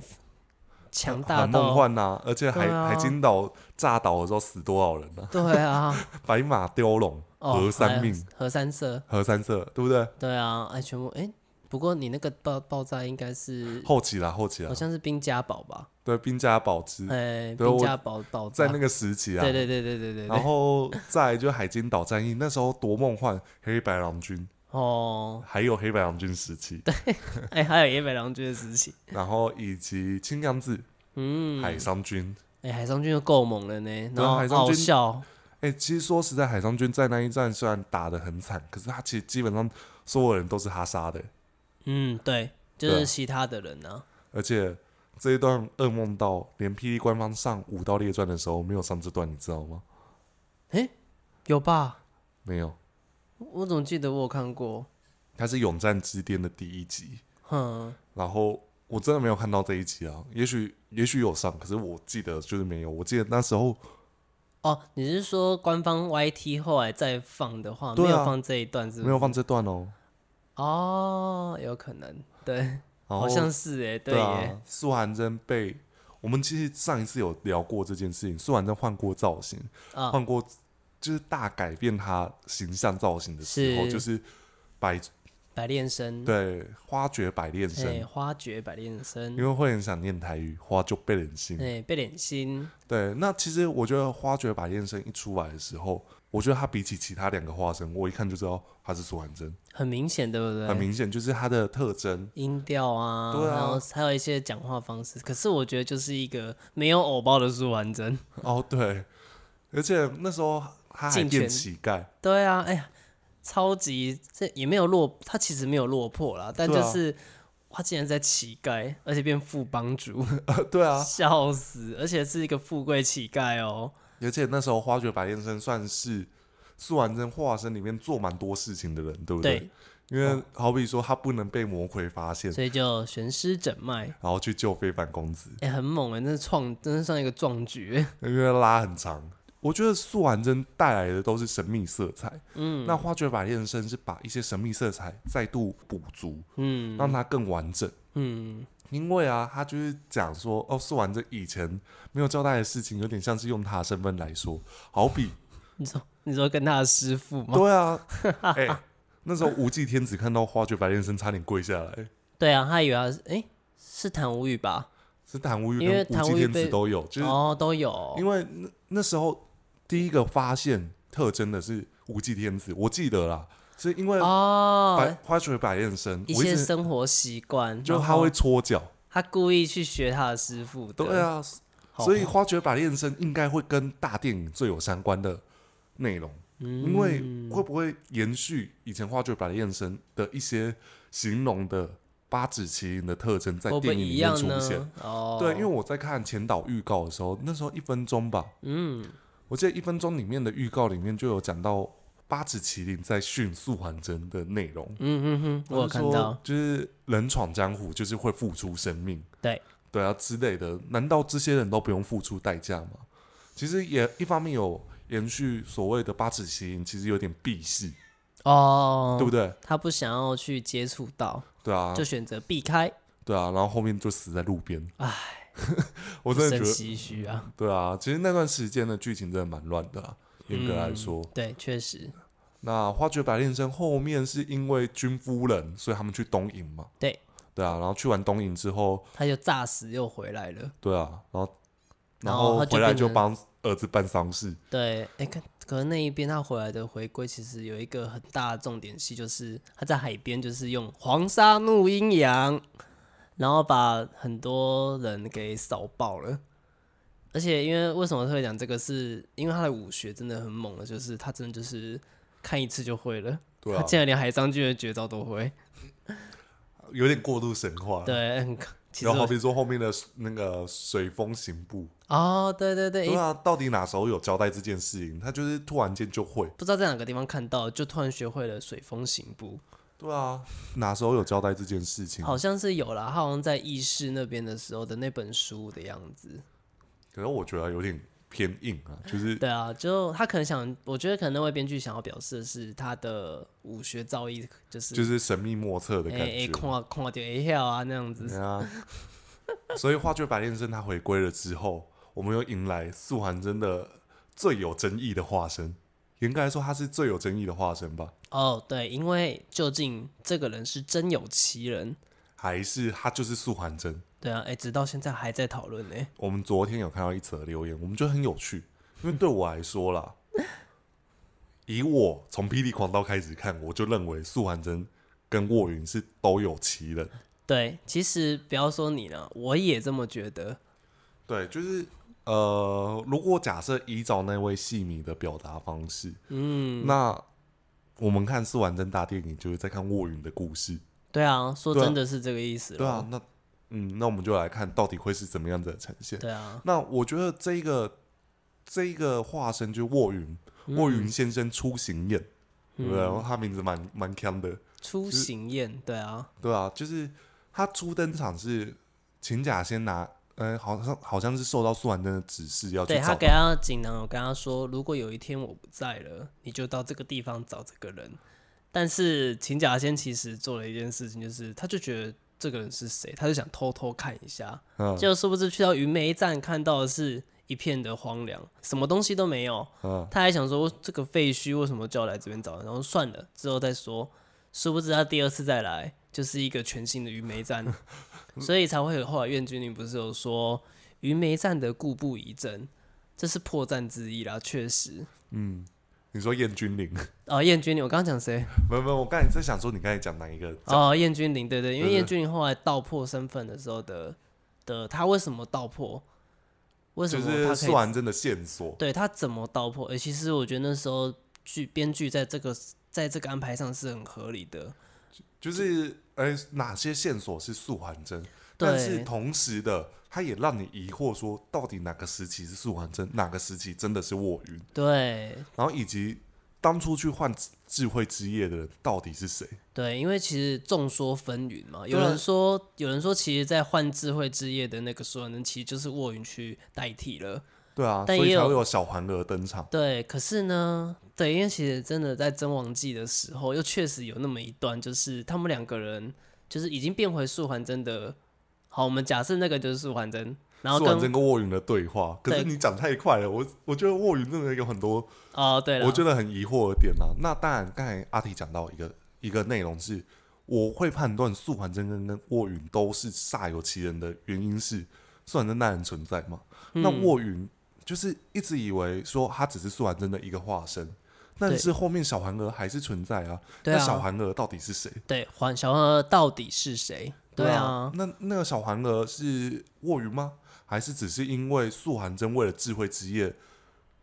[SPEAKER 2] 强大
[SPEAKER 1] 很梦
[SPEAKER 2] 到，
[SPEAKER 1] 幻呐、而且海、
[SPEAKER 2] 对啊
[SPEAKER 1] 海津岛炸岛的时候死多少人呢、
[SPEAKER 2] 对啊，
[SPEAKER 1] 白马雕龙、
[SPEAKER 2] 哦，
[SPEAKER 1] 和
[SPEAKER 2] 还
[SPEAKER 1] 三
[SPEAKER 2] 有
[SPEAKER 1] 命、
[SPEAKER 2] 和三色，
[SPEAKER 1] 和三色，对不对？
[SPEAKER 2] 对啊，哎，全部哎，不过你那个爆爆炸应该是
[SPEAKER 1] 后啊期啦，后期啦
[SPEAKER 2] 好，像是兵家堡吧？
[SPEAKER 1] 对兵家宝之
[SPEAKER 2] 哎，
[SPEAKER 1] 对啊
[SPEAKER 2] 兵
[SPEAKER 1] 我
[SPEAKER 2] 家堡爆炸
[SPEAKER 1] 在，那个时期啊，
[SPEAKER 2] 对对对对对对
[SPEAKER 1] 然
[SPEAKER 2] 对，
[SPEAKER 1] 后再来就是海津岛战役，那时候多梦幻，黑白郎君，
[SPEAKER 2] 哦，
[SPEAKER 1] 还有黑白郎君时期，
[SPEAKER 2] 哎，还有野百郎君的事情，
[SPEAKER 1] 然后以及青阳子、
[SPEAKER 2] 嗯，
[SPEAKER 1] 海商君。
[SPEAKER 2] 哎，海上君就够猛了呢，
[SPEAKER 1] 对
[SPEAKER 2] 然
[SPEAKER 1] 啊
[SPEAKER 2] 后
[SPEAKER 1] 海上
[SPEAKER 2] 好
[SPEAKER 1] 君
[SPEAKER 2] 笑，
[SPEAKER 1] 哎、其实说实在，海商君在那一战虽然打得很惨，可是他其实基本上所有人都是他杀的、
[SPEAKER 2] 嗯，对，就
[SPEAKER 1] 对啊
[SPEAKER 2] 是其他的人啊呢，
[SPEAKER 1] 而且这一段噩梦到连霹雳官方上《武道列传》的时候没有上这段，你知道吗？
[SPEAKER 2] 有吧？
[SPEAKER 1] 没有，
[SPEAKER 2] 我总记得我有看过，
[SPEAKER 1] 它是《永战之巅》的第一集，
[SPEAKER 2] 哼，
[SPEAKER 1] 然后我真的没有看到这一集啊，也许也许有上，可是我记得就是没有，我记得那时候
[SPEAKER 2] 哦，你是说官方 YT 后来再放的话，
[SPEAKER 1] 对啊
[SPEAKER 2] 没有放这一段是不
[SPEAKER 1] 没
[SPEAKER 2] 是？
[SPEAKER 1] 有放这段哦，
[SPEAKER 2] 哦，有可能，对，
[SPEAKER 1] 然后
[SPEAKER 2] 好像是哎，
[SPEAKER 1] 对
[SPEAKER 2] 耶，
[SPEAKER 1] 啊，苏涵真被我们其实上一次有聊过这件事情，苏涵真换过造型，
[SPEAKER 2] 啊
[SPEAKER 1] 换过就是大改变他形象造型的时候，
[SPEAKER 2] 是嗯
[SPEAKER 1] 就是百
[SPEAKER 2] 百炼生，
[SPEAKER 1] 对花绝百炼生，
[SPEAKER 2] 哎，花绝百炼生
[SPEAKER 1] 因，为会很想念台语，花就被人心。
[SPEAKER 2] 哎，被点心，
[SPEAKER 1] 对，那其实我觉得花绝百炼生一出来的时候，我觉得他比起其他两个化身，我一看就知道他是苏涵真，
[SPEAKER 2] 很明显，对不对？
[SPEAKER 1] 很明显就是他的特征。
[SPEAKER 2] 音调啊，
[SPEAKER 1] 对啊
[SPEAKER 2] 还有还有一些讲话方式，可是我觉得就是一个没有偶包的苏完真。
[SPEAKER 1] 哦，对，而且那时候他还
[SPEAKER 2] 进
[SPEAKER 1] 变
[SPEAKER 2] 圈
[SPEAKER 1] 乞丐，
[SPEAKER 2] 对啊，哎呀，超级这也没有落，他其实没有落魄啦，但
[SPEAKER 1] 对
[SPEAKER 2] 就
[SPEAKER 1] 啊
[SPEAKER 2] 是、他竟然在乞丐，而且变富帮主，
[SPEAKER 1] 对啊，
[SPEAKER 2] 笑死！而且是一个富贵乞丐哦。
[SPEAKER 1] 而且那时候花绝白燕生算是素完真化身里面做蛮多事情的人，对不对？
[SPEAKER 2] 对，哦
[SPEAKER 1] 因为好比说他不能被魔魁发现，
[SPEAKER 2] 所以就悬丝诊脉，
[SPEAKER 1] 然后去救非凡公子，
[SPEAKER 2] 哎、很猛哎，那是创，真是算一个壮举 欸。
[SPEAKER 1] 因为拉很长。我觉得素完真带来的都是神秘色彩，嗯，那花绝白燕生是把一些神秘色彩再度补足，
[SPEAKER 2] 嗯
[SPEAKER 1] 让它更完整。
[SPEAKER 2] 嗯，
[SPEAKER 1] 因为啊，他就是讲说，哦，素完真以前没有交代的事情，有点像是用他的身份来说，好比
[SPEAKER 2] 你说你说跟他的师傅吗？
[SPEAKER 1] 对 啊，哎、那时候无忌天子看到花绝白莲生，差点跪下来。
[SPEAKER 2] 对啊，他以为他是哎、是谭无语吧？
[SPEAKER 1] 是谭无欲
[SPEAKER 2] 因为
[SPEAKER 1] 跟无
[SPEAKER 2] 谭
[SPEAKER 1] 忌
[SPEAKER 2] 无欲
[SPEAKER 1] 天子
[SPEAKER 2] 被
[SPEAKER 1] 都有，就是
[SPEAKER 2] 哦，都有，
[SPEAKER 1] 因为那那时候第一个发现特征的是无忌天子，我记得啦，是因为白、
[SPEAKER 2] 哦，
[SPEAKER 1] 花绝白莲生，
[SPEAKER 2] 一
[SPEAKER 1] 我
[SPEAKER 2] 些
[SPEAKER 1] 直
[SPEAKER 2] 生活习惯，
[SPEAKER 1] 就
[SPEAKER 2] 然
[SPEAKER 1] 他
[SPEAKER 2] 后
[SPEAKER 1] 会搓脚，
[SPEAKER 2] 他故意去学他的师傅的，
[SPEAKER 1] 对啊，
[SPEAKER 2] 好，
[SPEAKER 1] 所以花绝白莲生应该会跟大电影最有相关的内容。
[SPEAKER 2] 嗯
[SPEAKER 1] 因为会不会延续以前花绝白燕生的一些形容的八指麒麟的特征在
[SPEAKER 2] 会不
[SPEAKER 1] 电
[SPEAKER 2] 会
[SPEAKER 1] 影里面
[SPEAKER 2] 一样
[SPEAKER 1] 出现？
[SPEAKER 2] 呢？哦，
[SPEAKER 1] 对，因为我在看前导预告的时候，那时候一分钟吧，嗯，我记得一分钟里面的预告里面就有讲到八指麒麟在迅速还真的内容。
[SPEAKER 2] 嗯嗯嗯，我有
[SPEAKER 1] 他
[SPEAKER 2] 看
[SPEAKER 1] 就说
[SPEAKER 2] 到，
[SPEAKER 1] 就是人闯江湖就是会付出生命，
[SPEAKER 2] 对
[SPEAKER 1] 对啊之类的，难道这些人都不用付出代价吗？其实也一方面有延续所谓的八尺麒麟，其实有点避世，
[SPEAKER 2] 哦，
[SPEAKER 1] 对不对？
[SPEAKER 2] 他不想要去接触到，
[SPEAKER 1] 对啊
[SPEAKER 2] 就，选择避开，
[SPEAKER 1] 对啊，然后后面就死在路边。
[SPEAKER 2] 唉，
[SPEAKER 1] 我真的
[SPEAKER 2] 生
[SPEAKER 1] 觉得，
[SPEAKER 2] 唏嘘啊。
[SPEAKER 1] 对啊，其实那段时间的剧情真的蛮乱的啊、严格来说，
[SPEAKER 2] 对，确实，
[SPEAKER 1] 那花绝白练生后面是因为军夫人，所以他们去东营嘛。
[SPEAKER 2] 对，
[SPEAKER 1] 对啊，然后去完东营之后，
[SPEAKER 2] 他就诈死又回来了。
[SPEAKER 1] 对啊，然后
[SPEAKER 2] 然
[SPEAKER 1] 然
[SPEAKER 2] 后
[SPEAKER 1] 后
[SPEAKER 2] 他就
[SPEAKER 1] 回来
[SPEAKER 2] 变
[SPEAKER 1] 就
[SPEAKER 2] 成
[SPEAKER 1] 帮儿子办丧事，
[SPEAKER 2] 对，哎，可可能那一边他回来的回归，其实有一个很大的重点戏，就是他在海边就是用黄沙怒阴阳，然后把很多人给扫爆了。而且因为为什么特别讲这个是，因为他的武学真的很猛了，就是他真的就是看一次就会了，
[SPEAKER 1] 对
[SPEAKER 2] 他
[SPEAKER 1] 啊，
[SPEAKER 2] 竟然连海张俊的绝招都会，
[SPEAKER 1] 有点过度神话。，
[SPEAKER 2] 对，很其实
[SPEAKER 1] 啊然后好
[SPEAKER 2] 我
[SPEAKER 1] 比说后面的那个随风行步，
[SPEAKER 2] 哦，对对对，
[SPEAKER 1] 对
[SPEAKER 2] 诶
[SPEAKER 1] 啊，到底哪时候有交代这件事情？他就是突然间就会，
[SPEAKER 2] 不知道在哪个地方看到，就突然学会了水风行步，
[SPEAKER 1] 对啊，哪时候有交代这件事情？
[SPEAKER 2] 好像是有啦，他好像在意识那边的时候的那本书的样子。
[SPEAKER 1] 可是我觉得有点偏硬啊，就是
[SPEAKER 2] 对啊，就他可能想，我觉得可能那位编剧想要表示的是他的武学造诣就是
[SPEAKER 1] 就是神秘莫测的
[SPEAKER 2] 哎
[SPEAKER 1] 感
[SPEAKER 2] 哎，
[SPEAKER 1] 觉。
[SPEAKER 2] 看看掉一跳啊那样
[SPEAKER 1] 对
[SPEAKER 2] 子。
[SPEAKER 1] 啊，所以画卷白先生他回归了之后，我们又迎来素涵真的最有争议的化身。严格来说，他是最有争议的化身吧？
[SPEAKER 2] 哦，对，因为究竟这个人是真有其人，
[SPEAKER 1] 还是他就是素涵真？
[SPEAKER 2] 对啊，哎，直到现在还在讨论呢。
[SPEAKER 1] 我们昨天有看到一则留言，我们觉得很有趣，因为对我来说啦， 以我从《霹雳狂刀》开始看，我就认为素涵真跟卧云是都有其人。
[SPEAKER 2] 对，其实不要说你了，我也这么觉得。
[SPEAKER 1] 对，就是呃，如果假设依照那位戏迷的表达方式，嗯，那我们看《四完真大电影》就是在看卧云的故事，
[SPEAKER 2] 对啊，说
[SPEAKER 1] 对啊
[SPEAKER 2] 真的是这个意思。
[SPEAKER 1] 对啊，，那嗯，那我们就来看到底会是怎么样子的呈现。
[SPEAKER 2] 对啊，
[SPEAKER 1] 那我觉得这一个这一个化身就是卧云，
[SPEAKER 2] 嗯
[SPEAKER 1] 卧云先生出行宴，对不对？然后他名字蛮蛮强的，
[SPEAKER 2] 出行宴，对啊，
[SPEAKER 1] 对啊，就是他初登场是秦甲先拿。呃，好像好像是受到苏完真的指示要去
[SPEAKER 2] 对
[SPEAKER 1] 找
[SPEAKER 2] 他给他锦囊，我跟他说，如果有一天我不在了，你就到这个地方找这个人。但是秦假仙其实做了一件事情，就是他就觉得这个人是谁，他就想偷偷看一下，
[SPEAKER 1] 嗯
[SPEAKER 2] 结果殊不知去到云梅站看到的是一片的荒凉，什么东西都没有。
[SPEAKER 1] 嗯
[SPEAKER 2] 他还想说这个废墟为什么就要来这边找，然后算了，之后再说。殊不知他第二次再来，就是一个全新的云梅站， 所以才会有后来苑君宁不是有说云梅站的固步一阵，这是破绽之一啦，确实。
[SPEAKER 1] 嗯，你说燕君玲，
[SPEAKER 2] 哦，燕君宁，我刚刚讲谁？
[SPEAKER 1] 没有没有，我刚才在想说你刚才讲哪一个？
[SPEAKER 2] 哦，燕君宁，对对，因为
[SPEAKER 1] 对对
[SPEAKER 2] 燕君宁后来道破身份的时候的的，他为什么道破？为什
[SPEAKER 1] 就
[SPEAKER 2] 么他可
[SPEAKER 1] 是
[SPEAKER 2] 以
[SPEAKER 1] 苏完真的线索，
[SPEAKER 2] 对他怎么道破？而其实我觉得那时候剧编剧在这个在这个安排上是很合理的。
[SPEAKER 1] 就是哎、哪些线索是素还真？但是
[SPEAKER 2] 对
[SPEAKER 1] 同时的，它也让你疑惑说，到底哪个时期是素还真，哪个时期真的是卧云？
[SPEAKER 2] 对
[SPEAKER 1] 然后以及当初去换智智慧之夜的人到底是谁？
[SPEAKER 2] 对，因为其实众说纷纭嘛，有
[SPEAKER 1] 对啊
[SPEAKER 2] 人说有人说，其实，在换智慧之夜的那个所有人，其实就是卧云去代替了。
[SPEAKER 1] 对啊，所
[SPEAKER 2] 但
[SPEAKER 1] 以
[SPEAKER 2] 也有
[SPEAKER 1] 才会有小环儿登场。
[SPEAKER 2] 对，可是呢，对，因为其实真的在真王记的时候，又确实有那么一段，就是他们两个人就是已经变回素还真的。好，我们假设那个就是素还真，然后
[SPEAKER 1] 素
[SPEAKER 2] 跟
[SPEAKER 1] 还真跟卧云的对话，可是
[SPEAKER 2] 对
[SPEAKER 1] 你讲太快了，我我觉得卧云真的有很多
[SPEAKER 2] 哦，对了，
[SPEAKER 1] 我觉得很疑惑的点啦、那当然，刚才阿提讲到一个一个内容是，我会判断素还真跟跟卧云都是煞有其人的原因是，素还真那人存在嘛。
[SPEAKER 2] 嗯
[SPEAKER 1] 那卧云就是一直以为说他只是素还真的一个化身，但
[SPEAKER 2] 对
[SPEAKER 1] 是后面小环儿还是存在啊。
[SPEAKER 2] 对啊
[SPEAKER 1] 那小环儿到底是谁？
[SPEAKER 2] 对，黄小鹅到底是谁？对
[SPEAKER 1] 啊
[SPEAKER 2] 啊，，
[SPEAKER 1] 那那个小环儿是卧云吗？还是只是因为素还真为了智慧之夜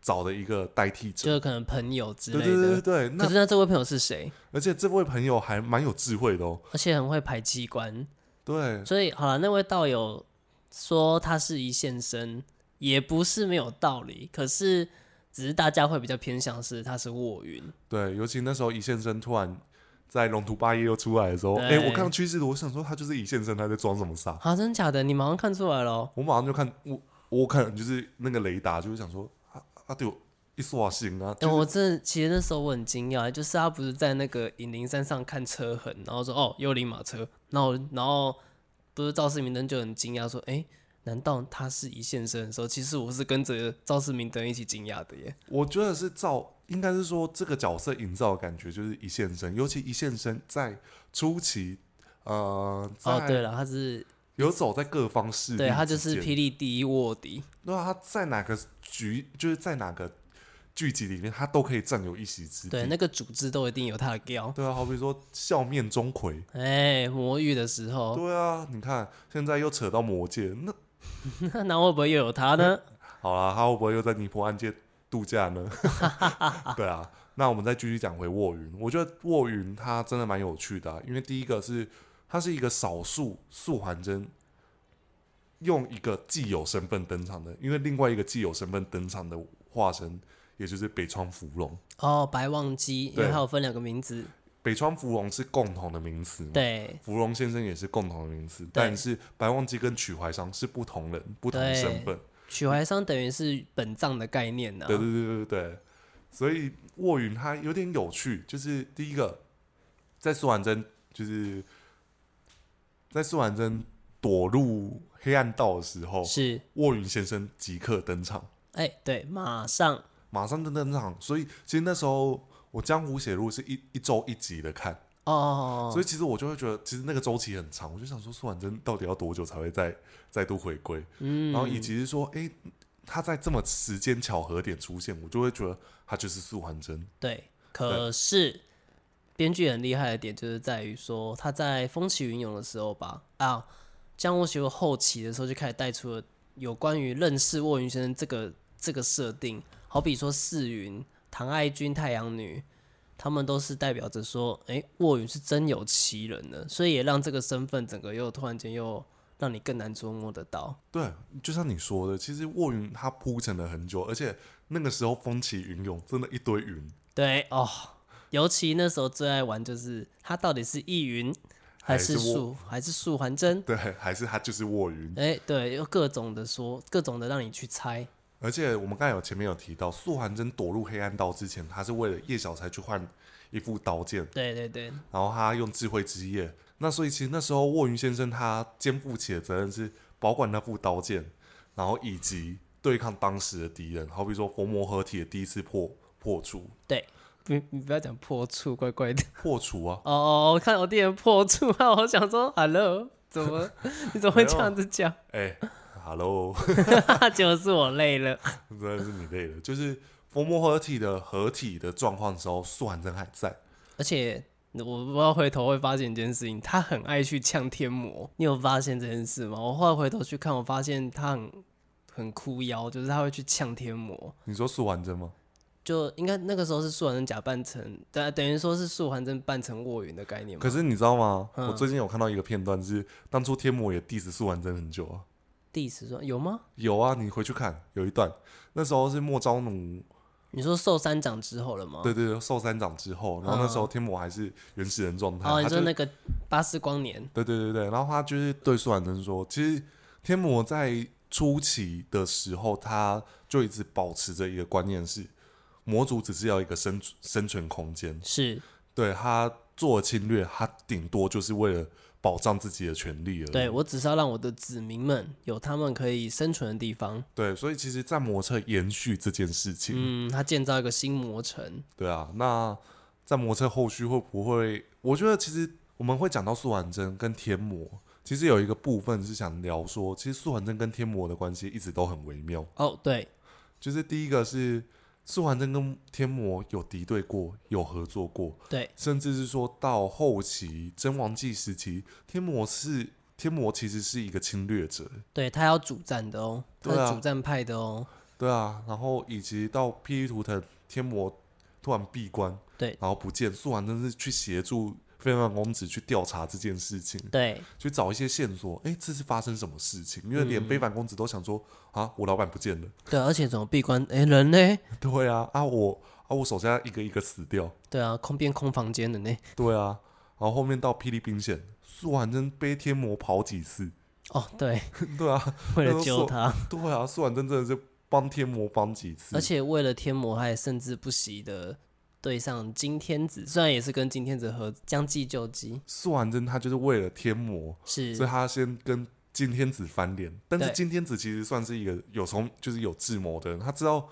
[SPEAKER 1] 找的一个代替者？
[SPEAKER 2] 就是可能朋友之类
[SPEAKER 1] 对
[SPEAKER 2] 的。
[SPEAKER 1] 对对对对，那
[SPEAKER 2] 可是那这位朋友是谁？
[SPEAKER 1] 而且这位朋友还蛮有智慧的哦。
[SPEAKER 2] 而且很会排机关，
[SPEAKER 1] 对，
[SPEAKER 2] 所以好了，那位道友说他是一线生，也不是没有道理。可是只是大家会比较偏向是他是卧云，
[SPEAKER 1] 对，尤其那时候一线生突然在龙图八一又出来的时候，哎、
[SPEAKER 2] 对
[SPEAKER 1] 我看到趋势图，我想说他就是一线生，他在装什么傻？
[SPEAKER 2] 啊，真假的？你马上看出来了哦。
[SPEAKER 1] 我马上就看我我可能就是那个雷达，就是想说啊啊对我一刷新啊，
[SPEAKER 2] 哎、
[SPEAKER 1] 就是
[SPEAKER 2] 我真的其实那时候我很惊讶，就是他不是在那个引灵山上看车痕，然后说哦幽灵马车，然后然后不是赵世明灯就很惊讶说，哎、难道他是一现身的时候，其实我是跟着赵世明灯一起惊讶的耶？
[SPEAKER 1] 我觉得是造，应该是说这个角色营造的感觉就是一线生，尤其一线生在初期，呃，在、
[SPEAKER 2] 哦，对了，他是
[SPEAKER 1] 游走在各方势力之
[SPEAKER 2] 对
[SPEAKER 1] 间，
[SPEAKER 2] 他就是霹雳第一卧底，
[SPEAKER 1] 对啊，他在哪个局，就是在哪个剧集里面，他都可以占有一席之地。
[SPEAKER 2] 对那个组织都一定有他的标。
[SPEAKER 1] 对啊，好比说笑面钟馗，
[SPEAKER 2] 哎、魔域的时候，
[SPEAKER 1] 对啊，你看现在又扯到魔界，那
[SPEAKER 2] 那会不 会又有他呢？
[SPEAKER 1] 好啦，他会不会又在尼泊案界度假呢？对啊，那我们再继续讲回卧云，我觉得卧云它真的蛮有趣的啊、因为第一个是它是一个少数素还真用一个既有身份登场的，因为另外一个既有身份登场的化身，也就是北川芙蓉。
[SPEAKER 2] 哦，白忘机，因为
[SPEAKER 1] 对
[SPEAKER 2] 它有分两个名字，
[SPEAKER 1] 北川芙蓉是共同的名词嘛？
[SPEAKER 2] 对
[SPEAKER 1] 芙蓉先生也是共同的名词，但是白忘机跟曲怀商是不同人、不同身份。
[SPEAKER 2] 取怀商等于是本藏的概念啊呢、
[SPEAKER 1] 对对对对对，所以卧云它有点有趣，就是第一个，在苏婉珍就是在苏婉珍躲入黑暗道的时候，
[SPEAKER 2] 是，
[SPEAKER 1] 卧云先生即刻登场，
[SPEAKER 2] 哎、对，马上
[SPEAKER 1] 马上就登场。所以其实那时候我《江湖写入》是一一周一集的看，
[SPEAKER 2] 哦，
[SPEAKER 1] 所以其实我就会觉得，其实那个周期很长，我就想说苏婉珍到底要多久才会再再度回归？
[SPEAKER 2] 嗯，
[SPEAKER 1] 然后以及是说，诶，他在这么时间巧合点出现，我就会觉得他就是素还真。
[SPEAKER 2] 对，可是编剧很厉害的点就是在于说，他在风起云涌的时候吧，啊，江湖学后期的时候就开始带出了有关于认识卧云先生这个这个设定，好比说四云、唐爱君、太阳女。他们都是代表着说，诶，卧云是真有其人的，所以也让这个身份整个又突然间又让你更难捉摸得到。
[SPEAKER 1] 对，就像你说的，其实卧云它铺陈了很久，而且那个时候风起云涌，真的一堆云，
[SPEAKER 2] 对哦，尤其那时候最爱玩就是它到底是易云还是
[SPEAKER 1] 还是我
[SPEAKER 2] 树还是树还真？
[SPEAKER 1] 对，还是它就是卧云。
[SPEAKER 2] 哎、对，有各种的说，各种的让你去猜。
[SPEAKER 1] 而且我们刚才有前面有提到，素还真躲入黑暗道之前，他是为了叶小钗去换一副刀剑，
[SPEAKER 2] 对对对，
[SPEAKER 1] 然后他用智慧之夜。那所以其实那时候卧云先生他肩负起的责任是保管那副刀剑，然后以及对抗当时的敌人，好比说佛魔合体的第一次破破除
[SPEAKER 2] 你你不要讲破处，怪怪的。
[SPEAKER 1] 破除啊，
[SPEAKER 2] 哦哦，我看我店员破处啊，我想说，hello，怎么 你怎么会
[SPEAKER 1] 没有
[SPEAKER 2] 这样子讲？
[SPEAKER 1] 哎、哈喽，
[SPEAKER 2] 结果是我累了。
[SPEAKER 1] 真的是你累了。就是佛魔合体的合体的状况的时候，素还真还在，
[SPEAKER 2] 而且我不知道回头会发现一件事情，他很爱去呛天魔。你有发现这件事吗？我后来回头去看，我发现他很很哭腰，就是他会去呛天魔。
[SPEAKER 1] 你说素还真吗？
[SPEAKER 2] 就应该那个时候是素还真假扮成，啊等等于说是素还真扮成卧云的概念嘛。
[SPEAKER 1] 可是你知道吗？
[SPEAKER 2] 嗯
[SPEAKER 1] 我最近有看到一个片段是，当初天魔也 diss 素还真很久啊。
[SPEAKER 2] 第十说有吗？
[SPEAKER 1] 有啊，你回去看有一段，那时候是莫昭奴
[SPEAKER 2] 你说受三掌之后了吗？
[SPEAKER 1] 对对对，受三掌之后，然后那时候天魔还是原始人状态，
[SPEAKER 2] 哦，你
[SPEAKER 1] 他就
[SPEAKER 2] 说那个巴斯光年，
[SPEAKER 1] 对对对对，然后他就是对苏婉珍说，其实天魔在初期的时候，他就一直保持着一个观念是，魔族只是要一个生存生存空间，
[SPEAKER 2] 是
[SPEAKER 1] 对他做了侵略，他顶多就是为了保障自己的权利而已。
[SPEAKER 2] 对我只是要让我的子民们有他们可以生存的地方。
[SPEAKER 1] 对所以其实，在魔策延续这件事情，
[SPEAKER 2] 嗯，他建造一个新魔城，
[SPEAKER 1] 对啊，那在魔车后续会不会？我觉得其实我们会讲到素还真跟天魔，其实有一个部分是想聊说，其实素还真跟天魔的关系一直都很微妙。
[SPEAKER 2] 哦，对，
[SPEAKER 1] 就是第一个是素还真跟天魔有敌对过，有合作过，
[SPEAKER 2] 对，
[SPEAKER 1] 甚至是说到后期真王纪时期，天魔是天魔其实是一个侵略者，
[SPEAKER 2] 对他要主战的哦，他
[SPEAKER 1] 对啊
[SPEAKER 2] 是主战派的哦，
[SPEAKER 1] 对啊，然后以及到霹雳图腾天魔突然闭关，
[SPEAKER 2] 对
[SPEAKER 1] 然后不见，素还真是去协助飞曼公子去调查这件事情，
[SPEAKER 2] 对
[SPEAKER 1] 去找一些线索，诶，这是发生什么事情？因为连非凡公子都想说、啊，我老板不见了，
[SPEAKER 2] 对，啊而且怎么闭关？哎，人呢？
[SPEAKER 1] 对啊，啊我啊我手下一个一个死掉，
[SPEAKER 2] 对啊，空变空房间的呢。
[SPEAKER 1] 对啊，然后后面到霹雳兵线，素还真被天魔跑几次，
[SPEAKER 2] 哦，对，
[SPEAKER 1] 对啊，那
[SPEAKER 2] 为了
[SPEAKER 1] 都
[SPEAKER 2] 救
[SPEAKER 1] 说
[SPEAKER 2] 他，
[SPEAKER 1] 对啊，素还真真的是帮天魔帮几次，
[SPEAKER 2] 而且为了天魔，他也甚至不惜的对上金天子，虽然也是跟金天子合将计就计，
[SPEAKER 1] 素还真他就是为了天魔。
[SPEAKER 2] 是
[SPEAKER 1] 所以他先跟金天子翻脸。但是
[SPEAKER 2] 对
[SPEAKER 1] 金天子其实算是一个有从就是有智谋的人，他知道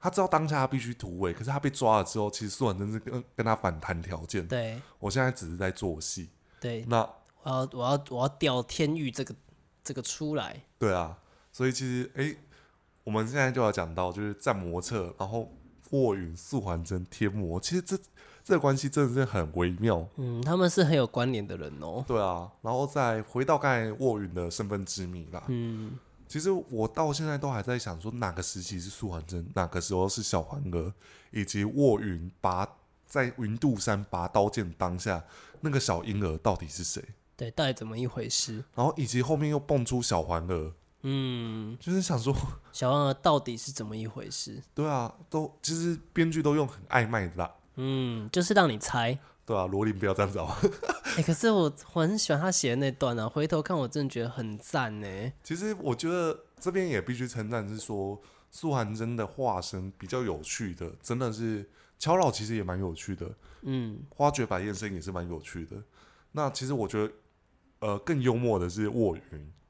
[SPEAKER 1] 他知道当下他必须突围，可是他被抓了之后，其实苏婉真是跟跟他反谈条件。
[SPEAKER 2] 对
[SPEAKER 1] 我现在只是在做戏，
[SPEAKER 2] 对，
[SPEAKER 1] 那
[SPEAKER 2] 我要我要我要调天域这个这个出来，
[SPEAKER 1] 对啊，所以其实诶，我们现在就要讲到就是战魔策，然后卧云、素还真、天魔，其实这这个关系真的是很微妙。
[SPEAKER 2] 嗯，他们是很有关联的人哦，
[SPEAKER 1] 对啊，然后再回到刚才卧云的身份之谜啦。
[SPEAKER 2] 嗯，
[SPEAKER 1] 其实我到现在都还在想，说哪个时期是素还真，哪个时候是小环娥，以及卧云拔在云渡山拔刀剑当下，那个小婴儿到底是谁？
[SPEAKER 2] 对，到底怎么一回事？
[SPEAKER 1] 然后以及后面又蹦出小环娥，
[SPEAKER 2] 嗯，
[SPEAKER 1] 就是想说，
[SPEAKER 2] 小王儿到底是怎么一回事？
[SPEAKER 1] 对啊，都其实编剧都用很暧昧的啦，
[SPEAKER 2] 嗯，就是让你猜。
[SPEAKER 1] 对啊，罗琳不要这样子好吧？
[SPEAKER 2] 哎、可是我我很喜欢他写的那段啊，回头看我真的觉得很赞呢。
[SPEAKER 1] 其实我觉得这边也必须称赞是说，素还真的化身比较有趣的，真的是乔老其实也蛮有趣的，
[SPEAKER 2] 嗯，
[SPEAKER 1] 花绝白燕生也是蛮有趣的。那其实我觉得，呃，更幽默的是卧云，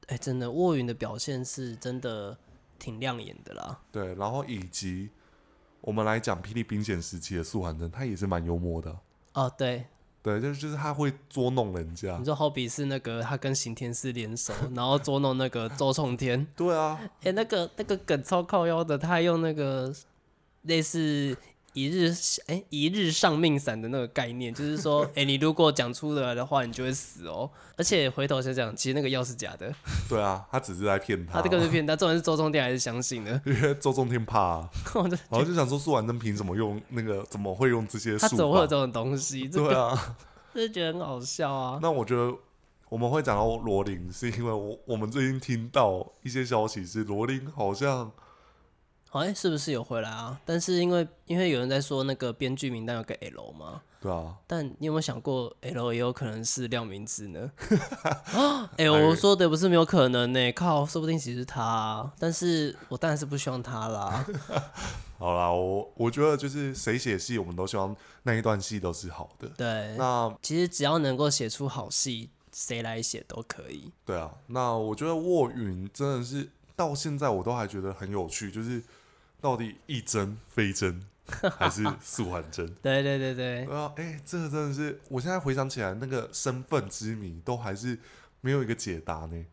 [SPEAKER 2] 哎、真的，卧云的表现是真的挺亮眼的啦。
[SPEAKER 1] 对，然后以及我们来讲霹雳兵险时期的素还真，他也是蛮幽默的，
[SPEAKER 2] 哦，对，
[SPEAKER 1] 对，就是就是他会捉弄人家
[SPEAKER 2] 你，说好比是那个他跟刑天师联手，然后捉弄那个周冲天，
[SPEAKER 1] 对啊，
[SPEAKER 2] 哎、那个那个梗超靠腰的，他还用那个类似一日哎、一日丧命散的那个概念，就是说，哎、你如果讲出来的话，你就会死哦。而且回头想想，其实那个药是假的，
[SPEAKER 1] 对啊，他只是在骗
[SPEAKER 2] 他
[SPEAKER 1] 他
[SPEAKER 2] 这，个是骗他，重点是周冲天还是相信的。
[SPEAKER 1] 因为周中天怕、啊，
[SPEAKER 2] 我就
[SPEAKER 1] 然后就想说素还真凭什么用那个，怎么会用这些
[SPEAKER 2] 他
[SPEAKER 1] 术
[SPEAKER 2] 怎么会有
[SPEAKER 1] 法？
[SPEAKER 2] 这种东西？这
[SPEAKER 1] 对
[SPEAKER 2] 个
[SPEAKER 1] 啊，
[SPEAKER 2] 真的觉得很好笑啊。
[SPEAKER 1] 那我觉得我们会讲到罗琳，是因为我我们最近听到一些消息是罗琳好像
[SPEAKER 2] 好像、哎是不是有回来啊？但是因为因为有人在说那个编剧名单有个 L 嘛，
[SPEAKER 1] 对啊，
[SPEAKER 2] 但你有没有想过 L 也有可能是廖明志呢？啊，哎、我说的不是没有可能呢、靠，说不定其实是他啊、但是我当然是不希望他啦。
[SPEAKER 1] 好啦，我我觉得就是谁写戏，我们都希望那一段戏都是好的。
[SPEAKER 2] 对，
[SPEAKER 1] 那
[SPEAKER 2] 其实只要能够写出好戏，谁来写都可以。
[SPEAKER 1] 对啊，那我觉得卧云真的是到现在我都还觉得很有趣，就是到底一真非真还是素还真？
[SPEAKER 2] 对对对对，
[SPEAKER 1] 对啊，哎、这个真的是，我现在回想起来，那个身份之谜都还是没有一个解答呢。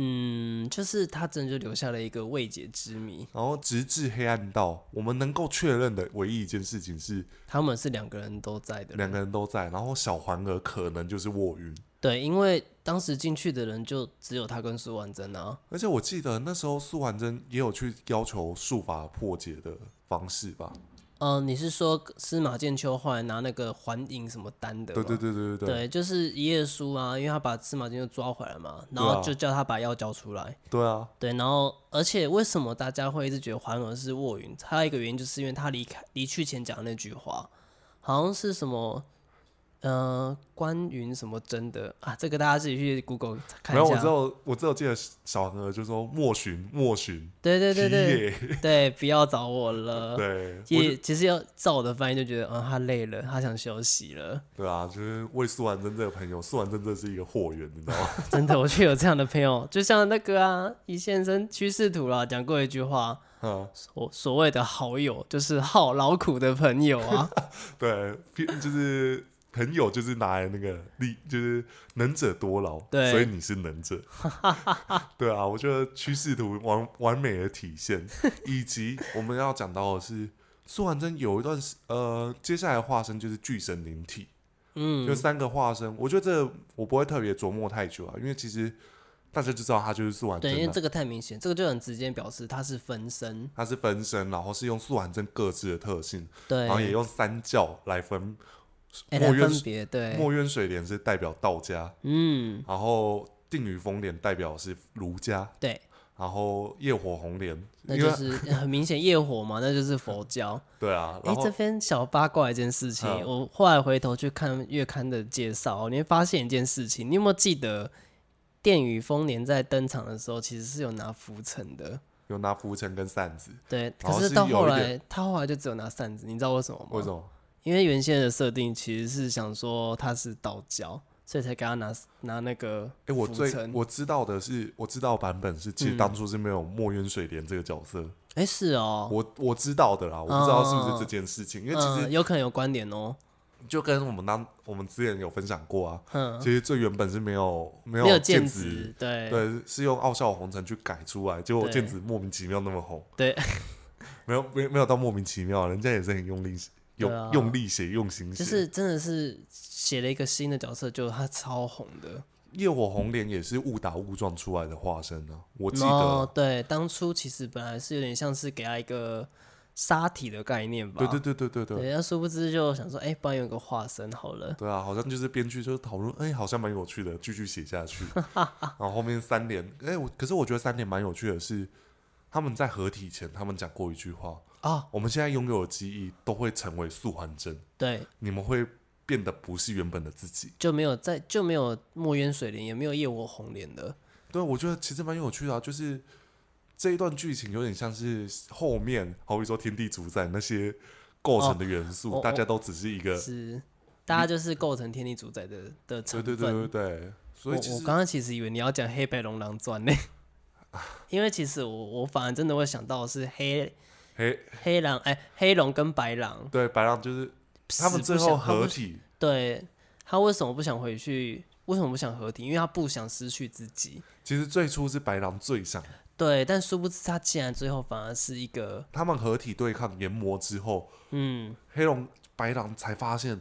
[SPEAKER 2] 嗯，就是他真的就留下了一个未解之谜。
[SPEAKER 1] 然后直至黑暗道，我们能够确认的唯一一件事情是
[SPEAKER 2] 他们是两个人都在的人，
[SPEAKER 1] 两个人都在，然后小环儿可能就是卧云。
[SPEAKER 2] 对，因为当时进去的人就只有他跟苏婉珍啊。
[SPEAKER 1] 而且我记得那时候苏婉珍也有去要求术法破解的方式吧？
[SPEAKER 2] 呃，你是说司马剑秋后来拿那个环影什么丹的吗？
[SPEAKER 1] 对对对对对对
[SPEAKER 2] 对，就是一页书啊，因为他把司马剑就抓回来嘛，
[SPEAKER 1] 对
[SPEAKER 2] 然后
[SPEAKER 1] 啊
[SPEAKER 2] 就叫他把药交出来。
[SPEAKER 1] 对啊！
[SPEAKER 2] 对，然后而且为什么大家会一直觉得环儿是卧云？还有一个原因就是因为他离开离去前讲的那句话，好像是什么。呃，关云什么真的啊？这个大家自己去 Google 看
[SPEAKER 1] 没
[SPEAKER 2] 一
[SPEAKER 1] 有，
[SPEAKER 2] 下。
[SPEAKER 1] 我知道，我只有记得小环儿就说莫寻莫寻，
[SPEAKER 2] 对对对对
[SPEAKER 1] 皮耶
[SPEAKER 2] 对，不要找我了。
[SPEAKER 1] 对，我就
[SPEAKER 2] 也其实要照我的翻译就觉得，嗯，他累了，他想休息了。
[SPEAKER 1] 对啊，就是为苏婉珍这个朋友，苏婉珍真的是一个货源，你知道吗？
[SPEAKER 2] 真的，我却有这样的朋友，就像那个啊，一线生趋势图啦，讲过一句话，
[SPEAKER 1] 嗯，
[SPEAKER 2] 所所谓的好友就是好劳苦的朋友 啊。
[SPEAKER 1] 对，就是朋友就是拿来那个利，就是能者多劳，
[SPEAKER 2] 对
[SPEAKER 1] 所以你是能者。 对啊，我觉得趋势图完完美的体现，以及我们要讲到的是，苏婉珍有一段时呃，接下来的化身就是巨神灵体，就
[SPEAKER 2] 嗯，
[SPEAKER 1] 三个化身，我觉得这我不会特别琢磨太久啊，因为其实大家就知道他就是苏婉
[SPEAKER 2] 对，因为
[SPEAKER 1] 珍、啊。
[SPEAKER 2] 这个太明显，这个就很直接表示他是分身。
[SPEAKER 1] 他是分身，然后是用素婉珍各自的特性，
[SPEAKER 2] 对，
[SPEAKER 1] 然后也用三教来分。
[SPEAKER 2] 哎
[SPEAKER 1] 墨
[SPEAKER 2] 来
[SPEAKER 1] 渊
[SPEAKER 2] 分别对，
[SPEAKER 1] 墨渊水莲是代表道家，
[SPEAKER 2] 嗯，
[SPEAKER 1] 然后定宇风莲代表是儒家，
[SPEAKER 2] 对，然
[SPEAKER 1] 然后业火红莲，
[SPEAKER 2] 那
[SPEAKER 1] 因
[SPEAKER 2] 就
[SPEAKER 1] 为
[SPEAKER 2] 是 很明显业火嘛，那就是 佛教。
[SPEAKER 1] 对啊，
[SPEAKER 2] 哎、
[SPEAKER 1] 然后、
[SPEAKER 2] 这边小八卦一件事情，
[SPEAKER 1] 嗯
[SPEAKER 2] 我后来回头去看月刊的介绍，你会发现一件事情，你有没有记得电雨丰年在登场的时候其实是有拿浮尘的？
[SPEAKER 1] 有拿浮尘跟扇子，
[SPEAKER 2] 对，
[SPEAKER 1] 然
[SPEAKER 2] 可
[SPEAKER 1] 后
[SPEAKER 2] 是
[SPEAKER 1] 是
[SPEAKER 2] 到
[SPEAKER 1] 有
[SPEAKER 2] 后
[SPEAKER 1] 一点
[SPEAKER 2] 来他后来就只有拿扇子，你知道为什么吗？
[SPEAKER 1] 为什么？
[SPEAKER 2] 因为原先的设定其实是想说他是道教，所以才给他拿拿那个
[SPEAKER 1] 哎、我
[SPEAKER 2] 浮
[SPEAKER 1] 最
[SPEAKER 2] 尘。嗯
[SPEAKER 1] 我知道的是，我知道版本是，其实当初是没有墨渊水莲这个角色，
[SPEAKER 2] 哎、是哦，
[SPEAKER 1] 我我知道的啦，我不知道是不是这件事情，因为其
[SPEAKER 2] 嗯、
[SPEAKER 1] 实
[SPEAKER 2] 有可能有关联哦，
[SPEAKER 1] 就跟我们当我们之前有分享过啊，
[SPEAKER 2] 嗯，
[SPEAKER 1] 其实最原本是没有没
[SPEAKER 2] 没有
[SPEAKER 1] 剑
[SPEAKER 2] 剑
[SPEAKER 1] 子，
[SPEAKER 2] 指，对
[SPEAKER 1] 对，是用傲笑红尘去改出来，结果
[SPEAKER 2] 对
[SPEAKER 1] 剑子莫名其妙那么红，
[SPEAKER 2] 对，
[SPEAKER 1] 没有没有没有到莫名其妙，人家也是很用力写用、
[SPEAKER 2] 对啊
[SPEAKER 1] 用力写用心写，
[SPEAKER 2] 就是真的是写了一个新的角色，就他超红的，
[SPEAKER 1] 烈火红莲也是误打误撞出来的化身呢、我记得、
[SPEAKER 2] 哦，对，当初其实本来是有点像是给他一个沙体的概念吧，
[SPEAKER 1] 对对对对对对。
[SPEAKER 2] 对，那殊不知就想说，哎、帮你有个化身好了，
[SPEAKER 1] 对啊，好像就是编剧就是讨论，哎、好像蛮有趣的，继续写下 去。然后后面三连，哎、我可是我觉得三连蛮有趣的是，他们在合体前，他们讲过一句话
[SPEAKER 2] 啊，
[SPEAKER 1] 我们现在拥有的记忆都会成为素还真，
[SPEAKER 2] 对，
[SPEAKER 1] 你们会变得不是原本的自己。
[SPEAKER 2] 就没有在就没有墨渊水莲，也没有夜火红莲的，
[SPEAKER 1] 对，啊我觉得其实蛮有趣的、啊，就是这一段剧情有点像是后面，好比说天地主宰那些构成的元素，
[SPEAKER 2] 哦哦
[SPEAKER 1] 大家都只是一个，
[SPEAKER 2] 是大家就是构成天地主宰的的成
[SPEAKER 1] 对
[SPEAKER 2] 分。
[SPEAKER 1] 对对对对，所以其
[SPEAKER 2] 我我
[SPEAKER 1] 实
[SPEAKER 2] 刚刚其实以为你要讲黑白龙狼传呢， 因为其实我我反而真的会想到是黑
[SPEAKER 1] 黑
[SPEAKER 2] 黑狼哎、黑龙跟白狼，
[SPEAKER 1] 对白狼就是他们
[SPEAKER 2] 死
[SPEAKER 1] 最
[SPEAKER 2] 不
[SPEAKER 1] 后
[SPEAKER 2] 想他
[SPEAKER 1] 合
[SPEAKER 2] 不
[SPEAKER 1] 体，
[SPEAKER 2] 对他为什么不想回去？为什么不想合体？因为他不想失去自己。
[SPEAKER 1] 其实最初是白狼最想，
[SPEAKER 2] 对，但殊不知他竟然最后反而是一个
[SPEAKER 1] 他们合体对抗炎魔之后，
[SPEAKER 2] 嗯，
[SPEAKER 1] 黑龙白狼才发现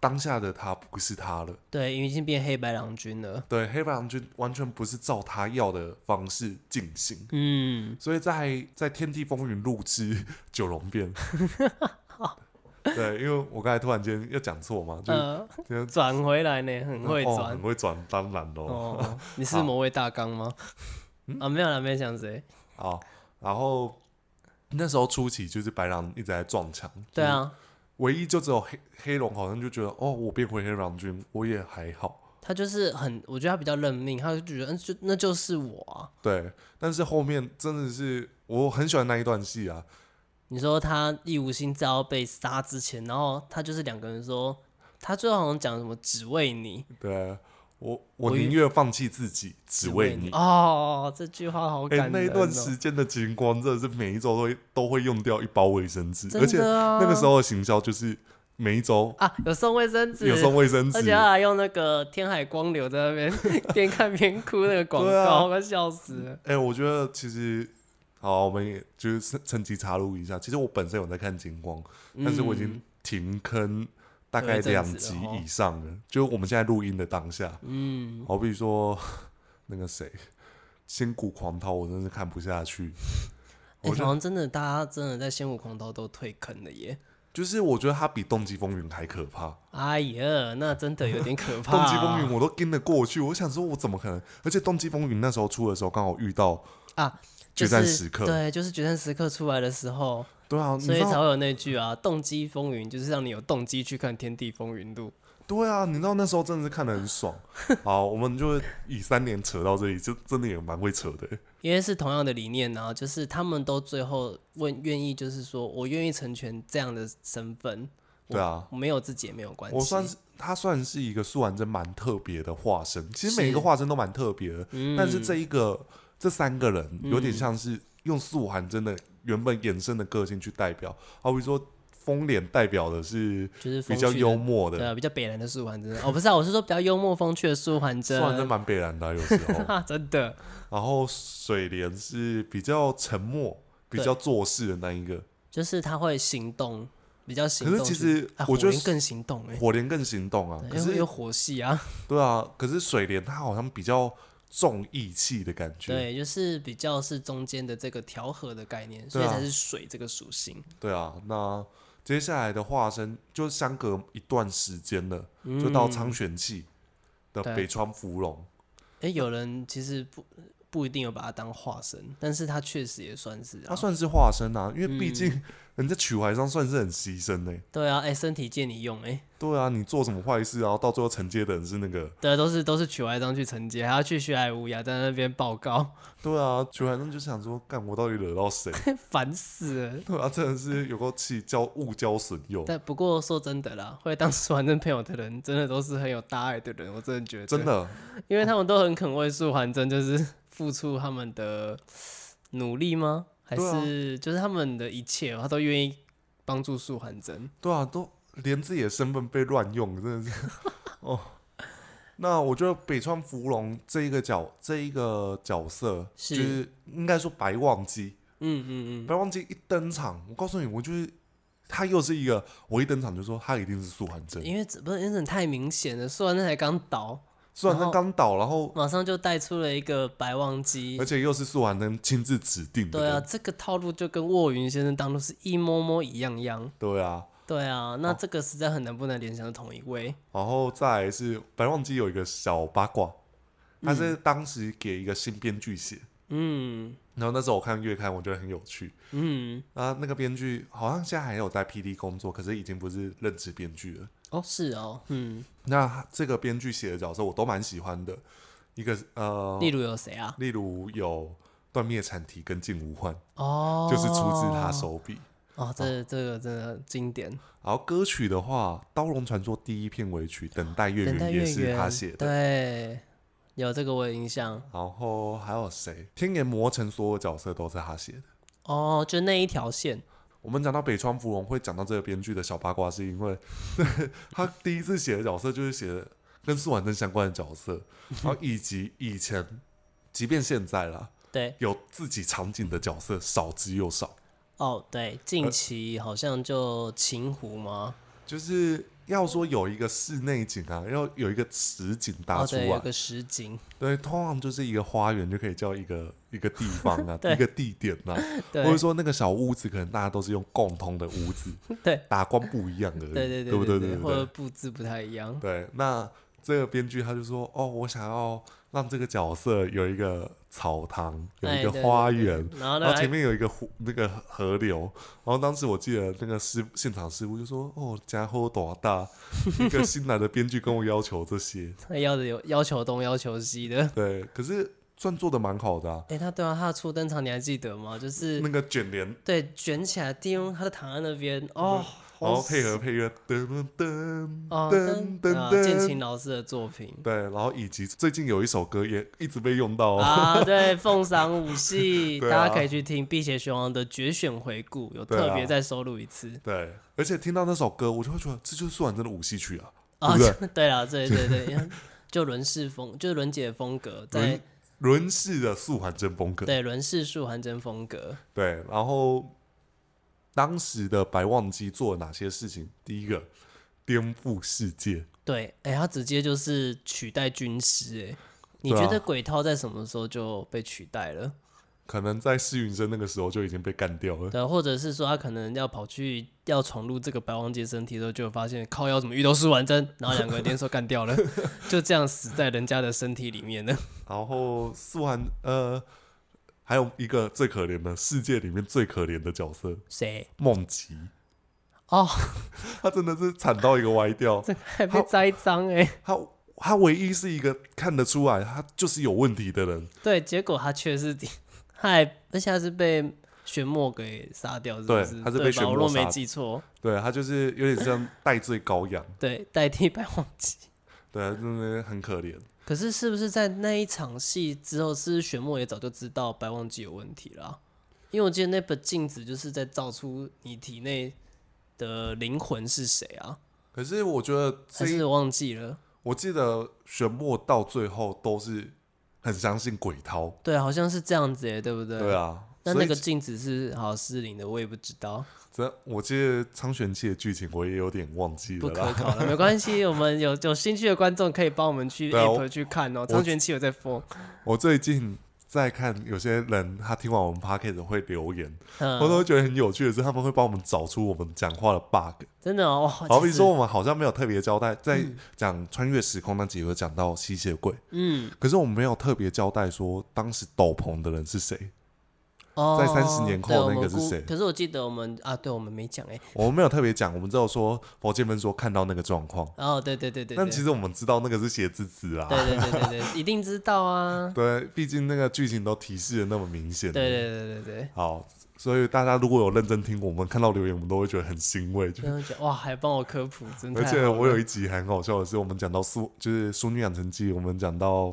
[SPEAKER 1] 当下的他不是他了，
[SPEAKER 2] 对，因为已经变黑白狼君了。
[SPEAKER 1] 对黑白狼军完全不是照他要的方式进行。
[SPEAKER 2] 嗯，
[SPEAKER 1] 所以在在《天地风云录之 九龙 变》，对，因为我刚才突然间要讲错嘛，就是、
[SPEAKER 2] 呃，
[SPEAKER 1] 就是
[SPEAKER 2] 转回来呢，很会
[SPEAKER 1] 哦
[SPEAKER 2] 转
[SPEAKER 1] 很。会转，当然喽。
[SPEAKER 2] 哦，你是
[SPEAKER 1] 好嗯
[SPEAKER 2] 某位大纲吗？啊，没有啦，没有讲谁。
[SPEAKER 1] 好，啊然后那时候初期就是白狼一直在撞墙，
[SPEAKER 2] 对，啊，
[SPEAKER 1] 嗯唯一就只有黑黑龙好像就觉得哦，我变回黑狼君，我也还好。
[SPEAKER 2] 他就是很，我觉得他比较认命，他就觉得嗯，就那就是我啊。
[SPEAKER 1] 对，但是后面真的是我很喜欢那一段戏啊，
[SPEAKER 2] 你说他一无心在要被杀之前，然后他就是两个人说，他最后好像讲什么只为你，
[SPEAKER 1] 对我我
[SPEAKER 2] 我
[SPEAKER 1] 宁愿放弃自己，只为你。
[SPEAKER 2] 哦，这句话好
[SPEAKER 1] 哎、
[SPEAKER 2] 感人、哦
[SPEAKER 1] 那一段时间的金光真的是每一周都会都会用掉一包卫生纸，而
[SPEAKER 2] 真
[SPEAKER 1] 且
[SPEAKER 2] 的啊
[SPEAKER 1] 那个时候的行销就是每一周
[SPEAKER 2] 啊，有送卫生纸，
[SPEAKER 1] 有送卫生纸
[SPEAKER 2] 而，且他还用那个天海光流在那边 边看边哭那个广
[SPEAKER 1] 对啊
[SPEAKER 2] 告，我快笑死了。
[SPEAKER 1] 哎、我觉得其实好，我们也就是趁趁机插入一下，其实我本身有在看金光，但是我已经停坑大概
[SPEAKER 2] 嗯有一阵
[SPEAKER 1] 两
[SPEAKER 2] 子了
[SPEAKER 1] 集
[SPEAKER 2] 哦
[SPEAKER 1] 以上了，就是我们现在录音的当下，
[SPEAKER 2] 嗯，
[SPEAKER 1] 好比说那个谁，仙谷狂涛，我真的是看不下去，
[SPEAKER 2] 哎、
[SPEAKER 1] 我觉得
[SPEAKER 2] 好像真的大家真的在仙武狂刀都退坑了耶。
[SPEAKER 1] 就是我觉得它比《动击风云》还可怕。
[SPEAKER 2] 哎呀，那真的有点可怕、
[SPEAKER 1] 动击风云我都跟得过去，我想说，我怎么可能？而且动击风云那时候出的时候，刚好遇到
[SPEAKER 2] 啊，
[SPEAKER 1] 决
[SPEAKER 2] 就是
[SPEAKER 1] 战时刻
[SPEAKER 2] 对，就是决战时刻出来的时候，
[SPEAKER 1] 对啊，你
[SPEAKER 2] 所
[SPEAKER 1] 知
[SPEAKER 2] 以才
[SPEAKER 1] 道
[SPEAKER 2] 会有那句啊，动机风云，就是让你有动机去看《天地风云录》。
[SPEAKER 1] 对啊，你知道那时候真的是看得很 爽。好，我们就以三连扯到这里，就真的也蛮会扯的、
[SPEAKER 2] 因为是同样的理念啊，就是他们都最后问愿意，就是说我愿意成全这样的身份，
[SPEAKER 1] 对啊，
[SPEAKER 2] 我没有自己也没有关系。
[SPEAKER 1] 我算是他算是一个素还真蛮特别的化身，其实
[SPEAKER 2] 是
[SPEAKER 1] 每一个化身都蛮特别的，
[SPEAKER 2] 嗯
[SPEAKER 1] 但是这一个这三个人有点像是用素还真的原本衍生的个性去代表，好比说风脸代表的是
[SPEAKER 2] 就是
[SPEAKER 1] 比
[SPEAKER 2] 风趣
[SPEAKER 1] 较
[SPEAKER 2] 的
[SPEAKER 1] 幽默
[SPEAKER 2] 对
[SPEAKER 1] 的，
[SPEAKER 2] 啊，比较北然的舒缓真哦，不是啊，我是说比较幽默风趣的舒缓
[SPEAKER 1] 素
[SPEAKER 2] 真，
[SPEAKER 1] 还真蛮北然的啊、有时候。
[SPEAKER 2] 哈真的
[SPEAKER 1] 然后水莲是比较沉默、比
[SPEAKER 2] 对
[SPEAKER 1] 较做事的那一个，
[SPEAKER 2] 就是他会行动，比较行
[SPEAKER 1] 可
[SPEAKER 2] 动
[SPEAKER 1] 是其
[SPEAKER 2] 去。
[SPEAKER 1] 实
[SPEAKER 2] 啊，
[SPEAKER 1] 我觉得
[SPEAKER 2] 火焰更行动哎、
[SPEAKER 1] 火莲更行动啊。
[SPEAKER 2] 对
[SPEAKER 1] 可
[SPEAKER 2] 因为
[SPEAKER 1] 是
[SPEAKER 2] 有火系啊，
[SPEAKER 1] 对啊，可是水莲她好像比较重义气的感觉，
[SPEAKER 2] 对，就是比较是中间的这个调和的概念，
[SPEAKER 1] 对
[SPEAKER 2] 所
[SPEAKER 1] 啊
[SPEAKER 2] 以才是水这个属性。
[SPEAKER 1] 对啊。那接下来的化身就相隔一段时间了，
[SPEAKER 2] 嗯
[SPEAKER 1] 就到苍玄气的
[SPEAKER 2] 对
[SPEAKER 1] 北川芙蓉。
[SPEAKER 2] 哎、有人其实不不一定有把它当化身，但是他确实也算是
[SPEAKER 1] 他
[SPEAKER 2] 啊。
[SPEAKER 1] 算是化身啊，因为毕
[SPEAKER 2] 嗯
[SPEAKER 1] 竟人家取怀上算是很牺牲呢、
[SPEAKER 2] 对啊，哎、身体借你用哎、
[SPEAKER 1] 对啊，你做什么坏事，然后啊到最后承接的人是那个
[SPEAKER 2] 对，啊都是都是取外章去承接，还要去学海无涯在那边报告，
[SPEAKER 1] 对啊，曲海正就想说，干我到底惹到谁？
[SPEAKER 2] 烦死了。
[SPEAKER 1] 对啊，真的是有够气，交误交损友，
[SPEAKER 2] 但不过说真的啦，会当 舒缓真朋友的人，真的都是很有大爱的人，我真的觉得
[SPEAKER 1] 真的。
[SPEAKER 2] 因为他们都很肯为素还真，就是 付出他们的努力吗？还
[SPEAKER 1] 对啊
[SPEAKER 2] 是、就是他们的一切，他都愿意帮助素还真。
[SPEAKER 1] 对啊，都连自己的身份被乱用，真的是哦。那我觉得北川芙蓉这一个角，这一个角色，
[SPEAKER 2] 是
[SPEAKER 1] 就是应该说白忘机。
[SPEAKER 2] 嗯嗯嗯，
[SPEAKER 1] 白忘机一登场，我告诉你，我就是他又是一个，我一登场就说他一定是素还真，
[SPEAKER 2] 因为这不是因为这太明显了，素还真才刚倒，
[SPEAKER 1] 虽然
[SPEAKER 2] 然
[SPEAKER 1] 他
[SPEAKER 2] 后
[SPEAKER 1] 刚倒，然后
[SPEAKER 2] 马上就带出了一个白忘机
[SPEAKER 1] 而。且又是苏婉登亲自指定的，
[SPEAKER 2] 对啊，，这个套路就跟卧云先生当初是一模模一样样。
[SPEAKER 1] 对啊。
[SPEAKER 2] 对啊，那这个实在很难不能联想到同一位。
[SPEAKER 1] 然后再来是白忘机有一个小八卦，他是当时给一个新编剧写，
[SPEAKER 2] 嗯
[SPEAKER 1] 然后那时候我看月刊，我觉得很有趣。
[SPEAKER 2] 嗯，
[SPEAKER 1] 啊，那个编剧好像现在还有在 PD 工作，可是已经不是任职编剧了。
[SPEAKER 2] 哦是哦，嗯，
[SPEAKER 1] 那这个编剧写的角色我都蛮喜欢的，一个是呃，
[SPEAKER 2] 例如有谁啊？
[SPEAKER 1] 例如有断灭产提跟静无患，
[SPEAKER 2] 哦，
[SPEAKER 1] 就是出自他。手笔。
[SPEAKER 2] 哦，这这个真的经典，
[SPEAKER 1] 然后歌曲的话，《刀龙传说》第一片尾曲《等待月
[SPEAKER 2] 等
[SPEAKER 1] 圆
[SPEAKER 2] 待》
[SPEAKER 1] 也
[SPEAKER 2] 月
[SPEAKER 1] 是他
[SPEAKER 2] 圆
[SPEAKER 1] 写的。
[SPEAKER 2] 对，有这个我有印象。
[SPEAKER 1] 然后还有谁？天眼魔城所有角色都是他写的。
[SPEAKER 2] 哦，就那一条线，
[SPEAKER 1] 我们讲到北川芙蓉，会讲到这个编剧的小八卦，是因为 他第一次写的角色就是写跟苏婉珍相关的角 色，然后以及以前，即便现在啦，
[SPEAKER 2] 对，
[SPEAKER 1] 有自己场景的角色少之又少，
[SPEAKER 2] 哦对，
[SPEAKER 1] 呃
[SPEAKER 2] 近期好像就秦湖吗？
[SPEAKER 1] 就是要说有一个室内景啊，要有一个实景搭
[SPEAKER 2] 哦
[SPEAKER 1] 出啊
[SPEAKER 2] 对，
[SPEAKER 1] 来，
[SPEAKER 2] 有个实景，
[SPEAKER 1] 对，通常就是一个花园就可以叫一个一个地方啊，
[SPEAKER 2] 对
[SPEAKER 1] 一个地点啊，
[SPEAKER 2] 对
[SPEAKER 1] 或者说那个小屋子可能大家都是用共同的屋子，
[SPEAKER 2] 对，
[SPEAKER 1] 打光不一样而已，
[SPEAKER 2] 对对
[SPEAKER 1] 不
[SPEAKER 2] 对
[SPEAKER 1] 对
[SPEAKER 2] 或者布置不太一样，
[SPEAKER 1] 对，那这个编剧他就说，哦，我想要让这个角色有一个草堂，有
[SPEAKER 2] 哎
[SPEAKER 1] 一个
[SPEAKER 2] 对对哎
[SPEAKER 1] 花
[SPEAKER 2] 对
[SPEAKER 1] 园，
[SPEAKER 2] 然后
[SPEAKER 1] 嗯然
[SPEAKER 2] 呢
[SPEAKER 1] 后，前面有一个湖，那个河流。然后当时我记得那个师现场师傅就说：“哦，家伙多大！”一个新来的编剧跟我要求这些，
[SPEAKER 2] 他哎要的有要求东要求西的。
[SPEAKER 1] 对，可是算做的蛮好的、啊。
[SPEAKER 2] 哎，他对啊，他的初登场你还记得吗？就是
[SPEAKER 1] 那个卷帘，
[SPEAKER 2] 对卷起来，叮，他就躺在那边，哦，
[SPEAKER 1] 然后
[SPEAKER 2] 好
[SPEAKER 1] 嗯配合配乐，噔噔噔
[SPEAKER 2] 哦，
[SPEAKER 1] 噔
[SPEAKER 2] 跟
[SPEAKER 1] 噔
[SPEAKER 2] 啊建
[SPEAKER 1] 噔，
[SPEAKER 2] 琴老师的作品
[SPEAKER 1] 对，然后以及最近有一首歌也一直被用到哦，
[SPEAKER 2] 啊，对，凤赏舞 戏，
[SPEAKER 1] 对
[SPEAKER 2] 大
[SPEAKER 1] 啊
[SPEAKER 2] 家可以去听《碧血雄王》的决选回顾，有
[SPEAKER 1] 对
[SPEAKER 2] 特
[SPEAKER 1] 啊
[SPEAKER 2] 别再收录一次。
[SPEAKER 1] 对，而且听到那首歌，我就会觉得这就是苏婉珍的舞戏曲啊，
[SPEAKER 2] 啊，
[SPEAKER 1] 对不
[SPEAKER 2] 就 对啦，对对对，因为就伦氏风，就是伦姐风格，在
[SPEAKER 1] 伦伦氏的素还真风格，
[SPEAKER 2] 对伦氏树寒真风格，
[SPEAKER 1] 对，然后当时的白忘机做了哪些事情？第一个，颠覆世界，
[SPEAKER 2] 对，哎、他直接就是取代军师、哎，你
[SPEAKER 1] 对啊
[SPEAKER 2] 觉得鬼涛在什么时候就被取代了？
[SPEAKER 1] 可能在施云生那个时候就已经被干掉了。
[SPEAKER 2] 对，或者是说他可能要跑去要闯入这个白王杰身体的时候，就有发现靠腰怎么遇到施完真，然后两个联手干掉了， 就这样死在人家的身体里面了。
[SPEAKER 1] 然后素还呃，还有一个最可怜的世界里面最可怜的角色
[SPEAKER 2] 谁？
[SPEAKER 1] 梦吉，
[SPEAKER 2] 哦，
[SPEAKER 1] 他真的是惨到一个歪掉，
[SPEAKER 2] 这个还被栽赃哎、
[SPEAKER 1] 他他唯一是一个看得出来他就是有问题的人，
[SPEAKER 2] 对，结果他却是， 他还而且他是被玄墨给杀掉，是不
[SPEAKER 1] 对
[SPEAKER 2] 是？
[SPEAKER 1] 他是
[SPEAKER 2] 对
[SPEAKER 1] 被
[SPEAKER 2] 吧
[SPEAKER 1] 玄
[SPEAKER 2] 我
[SPEAKER 1] 墨
[SPEAKER 2] 若
[SPEAKER 1] 杀
[SPEAKER 2] 没
[SPEAKER 1] 的
[SPEAKER 2] 记错，
[SPEAKER 1] 对他就是有点像戴罪羔羊，
[SPEAKER 2] 对，代替白忘机。
[SPEAKER 1] 对，真的很可怜。
[SPEAKER 2] 可是是不是在那一场戏之后，是不是玄墨也早就知道白忘机有问题了啊、因为我记得那本镜子就是在照出你体内的灵魂是谁啊？
[SPEAKER 1] 可是我觉得这
[SPEAKER 2] 还
[SPEAKER 1] 一
[SPEAKER 2] 是忘记了？
[SPEAKER 1] 我记得玄墨到最后都是很相信鬼涛，
[SPEAKER 2] 对，好像是这样子耶，对不对？
[SPEAKER 1] 对。啊，
[SPEAKER 2] 那
[SPEAKER 1] 所
[SPEAKER 2] 那
[SPEAKER 1] 以
[SPEAKER 2] 个镜子是好失灵的，我也不知道，
[SPEAKER 1] 这我记得苍玄记的剧情我也有点忘记
[SPEAKER 2] 不
[SPEAKER 1] 了
[SPEAKER 2] 可
[SPEAKER 1] 啦。
[SPEAKER 2] 考了。没关系，我们有有兴趣的观众可以帮我们去
[SPEAKER 1] 对啊
[SPEAKER 2] app
[SPEAKER 1] 我
[SPEAKER 2] 去看哦。张玄期有在封，
[SPEAKER 1] 我最近在看有些人他听完我们 p o c a s t 会留言，
[SPEAKER 2] 嗯
[SPEAKER 1] 我都会觉得很有趣的是他们会帮我们找出我们讲话的 bug。
[SPEAKER 2] 真的哦，哇
[SPEAKER 1] 好
[SPEAKER 2] 其
[SPEAKER 1] 比
[SPEAKER 2] 实
[SPEAKER 1] 说我们好像没有特别交代，在讲穿越时空那集有讲到吸血鬼，
[SPEAKER 2] 嗯，
[SPEAKER 1] 可是我们没有特别交代说当时斗篷的人是谁，
[SPEAKER 2] 哦，
[SPEAKER 1] 在30年后
[SPEAKER 2] 对我
[SPEAKER 1] 那个
[SPEAKER 2] 们
[SPEAKER 1] 是
[SPEAKER 2] 估
[SPEAKER 1] 谁
[SPEAKER 2] 可是我记得我们啊，对我们没讲哎，
[SPEAKER 1] 我们没有特别讲，我们只有说佛剑分说看到那个状况。
[SPEAKER 2] 哦，对对对对，
[SPEAKER 1] 但
[SPEAKER 2] 对
[SPEAKER 1] 其实我们知道那个是血之子啊，。
[SPEAKER 2] 对对对对对，一定知道啊
[SPEAKER 1] 对，毕竟那个剧情都提示的那么明显。
[SPEAKER 2] 对对对对对，
[SPEAKER 1] 好，所以大家如果有认真听，我们看到留言，我们都会觉得很欣 慰。就
[SPEAKER 2] 真的觉得哇，还帮我科普，真的。
[SPEAKER 1] 而且我有一集很好笑的是，我们讲到苏，就是《淑女养成记》，我们讲到，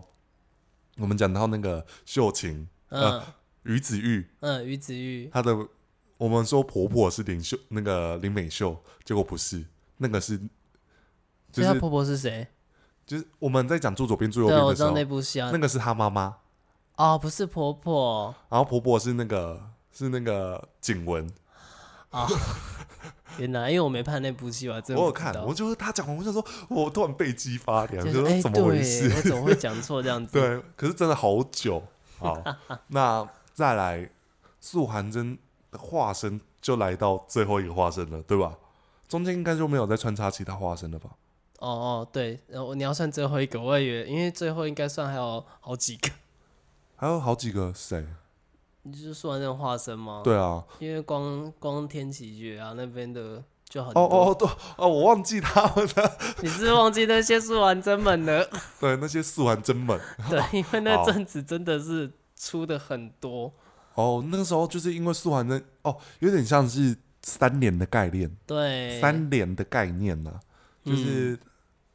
[SPEAKER 1] 我们讲到那个秀琴，
[SPEAKER 2] 嗯
[SPEAKER 1] 于子玉，
[SPEAKER 2] 嗯，于子玉
[SPEAKER 1] 她的，我们说婆婆是林秀，那个林美秀，结果不是，那个是，就
[SPEAKER 2] 所以她
[SPEAKER 1] 是
[SPEAKER 2] 婆婆是谁？
[SPEAKER 1] 就是我们在讲住左边住右
[SPEAKER 2] 啊对，
[SPEAKER 1] 边
[SPEAKER 2] 我
[SPEAKER 1] 的
[SPEAKER 2] 知
[SPEAKER 1] 时
[SPEAKER 2] 道
[SPEAKER 1] 候，
[SPEAKER 2] 那部戏啊
[SPEAKER 1] 那。个是她妈妈。
[SPEAKER 2] 哦，不是婆婆，
[SPEAKER 1] 然后婆婆是那个是那个景文
[SPEAKER 2] 啊，原来因为我没看那部戏吧，真的
[SPEAKER 1] 我有
[SPEAKER 2] 不知
[SPEAKER 1] 看，
[SPEAKER 2] 道
[SPEAKER 1] 我就是他讲完，我就说，我突然被激发两个，
[SPEAKER 2] 就是
[SPEAKER 1] 就说
[SPEAKER 2] 哎，
[SPEAKER 1] 怎么回事？
[SPEAKER 2] 对，我怎么会讲错这样子？，
[SPEAKER 1] 对，可是真的好久。好，那再来，素涵真的化身就来到最后一个化身了，对吧？中间应该就没有再穿插其他化身了吧？
[SPEAKER 2] 哦哦，对，然后你要算最后一个，我以为因为最后应该算还有好几个，
[SPEAKER 1] 还有好几个谁？
[SPEAKER 2] 你就是算那种化身吗？，
[SPEAKER 1] 对啊，
[SPEAKER 2] 因为光光天启觉啊那边的就很
[SPEAKER 1] 哦
[SPEAKER 2] 多，
[SPEAKER 1] 哦哦，对哦，我忘记他们了。
[SPEAKER 2] 你是不是忘记那些素完真们了？
[SPEAKER 1] 对，那些素涵真猛。
[SPEAKER 2] 对，因为那
[SPEAKER 1] 好
[SPEAKER 2] 阵子真的是出的很多，
[SPEAKER 1] 哦，那个时候就是因为素涵真，哦，有点像是三连的概念，
[SPEAKER 2] 对，
[SPEAKER 1] 三连的概念呢、
[SPEAKER 2] 嗯
[SPEAKER 1] 就是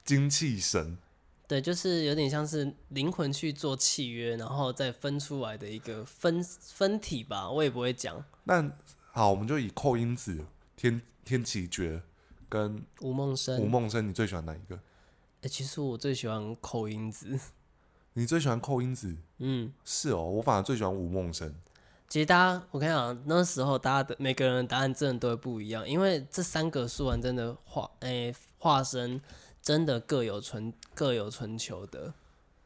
[SPEAKER 1] 精气神。
[SPEAKER 2] 对，就是有点像是灵魂去做契约，然后再分出来的一个分分体吧，我也不会讲。
[SPEAKER 1] 那好，我们就以寇英子、天天启觉跟
[SPEAKER 2] 吴梦
[SPEAKER 1] 吴
[SPEAKER 2] 生，
[SPEAKER 1] 梦生，你最喜欢哪一个？
[SPEAKER 2] 诶其实我最喜欢口音子，
[SPEAKER 1] 你最喜欢寇英子？
[SPEAKER 2] 嗯，
[SPEAKER 1] 是哦，我反而最喜欢吴梦生。
[SPEAKER 2] 其实大家，我跟你讲，那时候大家的每个人的答案真的都会不一样，因为这三个素丸真的化，诶、化身真的各有存各有存求的。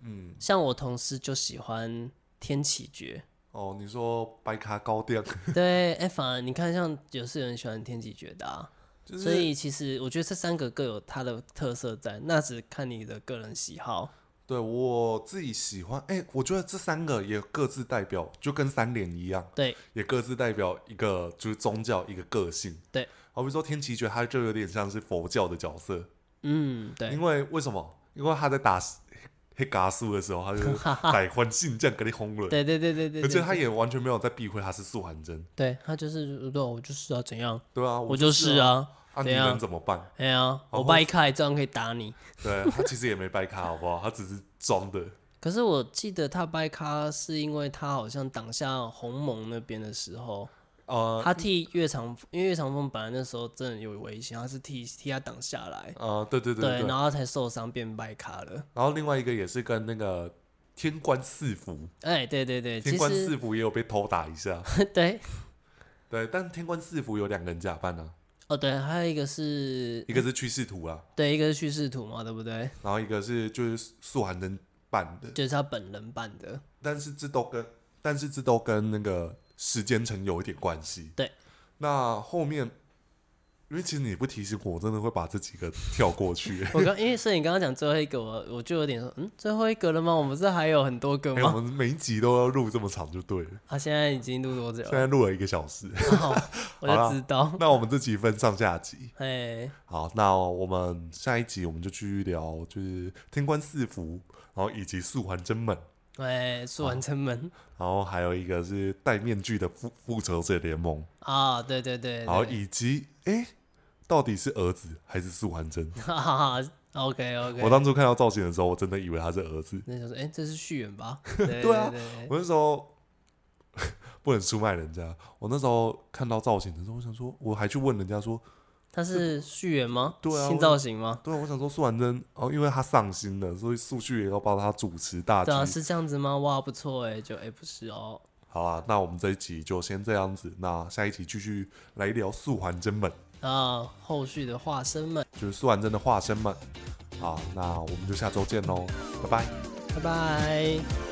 [SPEAKER 1] 嗯，
[SPEAKER 2] 像我同事就喜欢天启觉，
[SPEAKER 1] 哦，你说白卡高调，
[SPEAKER 2] 对，哎、反而你看，像有是有人喜欢天启觉的、啊，
[SPEAKER 1] 就
[SPEAKER 2] 所
[SPEAKER 1] 是
[SPEAKER 2] 以其实我觉得这三个各有它的特色在，那只看你的个人喜好。
[SPEAKER 1] 对我自己喜欢。哎、我觉得这三个也各自代表，就跟三连一样，
[SPEAKER 2] 对，
[SPEAKER 1] 也各自代表一个就是宗教一个个性。
[SPEAKER 2] 对，
[SPEAKER 1] 好比说天启觉，他就有点像是佛教的角色，
[SPEAKER 2] 嗯，对
[SPEAKER 1] 因，为为什么？因为他在打黑嘎苏的时候，他 就百欢信将给你轰了。
[SPEAKER 2] 对对对对对，
[SPEAKER 1] 而且
[SPEAKER 2] 对
[SPEAKER 1] 他也完全没有在避讳他是素还真，
[SPEAKER 2] 对他就是，对，我就是要、怎样，
[SPEAKER 1] 对啊，
[SPEAKER 2] 我
[SPEAKER 1] 就
[SPEAKER 2] 就是
[SPEAKER 1] 啊，
[SPEAKER 2] 啊，
[SPEAKER 1] 啊
[SPEAKER 2] 怎
[SPEAKER 1] 你能
[SPEAKER 2] 样，
[SPEAKER 1] 怎么办？
[SPEAKER 2] 哎呀，
[SPEAKER 1] 好
[SPEAKER 2] 我掰开这样可以打你。
[SPEAKER 1] 对他其实也没掰卡，好不好？他只是装 的。
[SPEAKER 2] 可是我记得他掰咖是因为他好像挡下鸿蒙那边的时候，
[SPEAKER 1] 呃
[SPEAKER 2] 他替岳长，因为岳长风本来那时候真的有危险，他是替替他挡下来，
[SPEAKER 1] 呃，对对对对，
[SPEAKER 2] 然后他才受伤变掰咖了。
[SPEAKER 1] 然后另外一个也是跟那个天官四福，
[SPEAKER 2] 哎，对对对，
[SPEAKER 1] 天
[SPEAKER 2] 其
[SPEAKER 1] 官四
[SPEAKER 2] 实
[SPEAKER 1] 福也有被偷打一下，
[SPEAKER 2] 对，
[SPEAKER 1] 对，但天官四福有两个人假扮啊，
[SPEAKER 2] 哦对，还有一个是
[SPEAKER 1] 一个是趋势图啊，
[SPEAKER 2] 对，一个是叙事图嘛，对不对？
[SPEAKER 1] 然后一个是就是素还真扮的，
[SPEAKER 2] 就是他本人办的，
[SPEAKER 1] 但是这都跟但是这都跟那个时间城有一点关系。
[SPEAKER 2] 对，。
[SPEAKER 1] 那后面因为其实你不提醒我，我真的会把这几个跳过去哎
[SPEAKER 2] 我刚因 为所以你刚刚讲最后一个，我我就有点说，嗯，最后一个了吗？我们不是还有很多个
[SPEAKER 1] 哎、我
[SPEAKER 2] 吗？
[SPEAKER 1] 们每一集都要录这么长就对了，
[SPEAKER 2] 啊，现在已经录多久
[SPEAKER 1] 现
[SPEAKER 2] 了？
[SPEAKER 1] 在录了一个小时。
[SPEAKER 2] 好，
[SPEAKER 1] 好
[SPEAKER 2] 我就
[SPEAKER 1] 啦
[SPEAKER 2] 知道。
[SPEAKER 1] 那我们这集分上下集。
[SPEAKER 2] 哎，
[SPEAKER 1] 好，那我们下一集我们就去聊就是天官四福，然后以及素还真猛，
[SPEAKER 2] 哎，素
[SPEAKER 1] 哦
[SPEAKER 2] 完城门
[SPEAKER 1] 然后还有一个是戴面具的复复仇者联盟，
[SPEAKER 2] 啊，对对对，
[SPEAKER 1] 然后
[SPEAKER 2] 对
[SPEAKER 1] 以及哎、到底是儿子还是素还真？
[SPEAKER 2] 哈哈哈，OK OK，
[SPEAKER 1] 我当初看到造型的时候，我真的以为他是儿子。
[SPEAKER 2] 那就说，哎，这是续 缘吧？对
[SPEAKER 1] 对啊
[SPEAKER 2] 对
[SPEAKER 1] 我那时候 不能出卖人家。我那时候看到造型的时候，我想说，我还去问人家说，
[SPEAKER 2] 他是续缘吗？
[SPEAKER 1] 对啊
[SPEAKER 2] 新
[SPEAKER 1] 我
[SPEAKER 2] 造型吗？
[SPEAKER 1] 对啊，我想说苏婉珍哦，因为她上新了，所以速旭也要帮她主持大局。
[SPEAKER 2] 对啊，是这样子吗？哇，不错哎，就哎不是哦，
[SPEAKER 1] 好啊，那我们这一集就先这样子，那下一集继续来聊素还真们，
[SPEAKER 2] 啊，后续的化身们，
[SPEAKER 1] 就是素还真的化身们。好，那我们就下周见喽，拜拜。
[SPEAKER 2] 拜拜。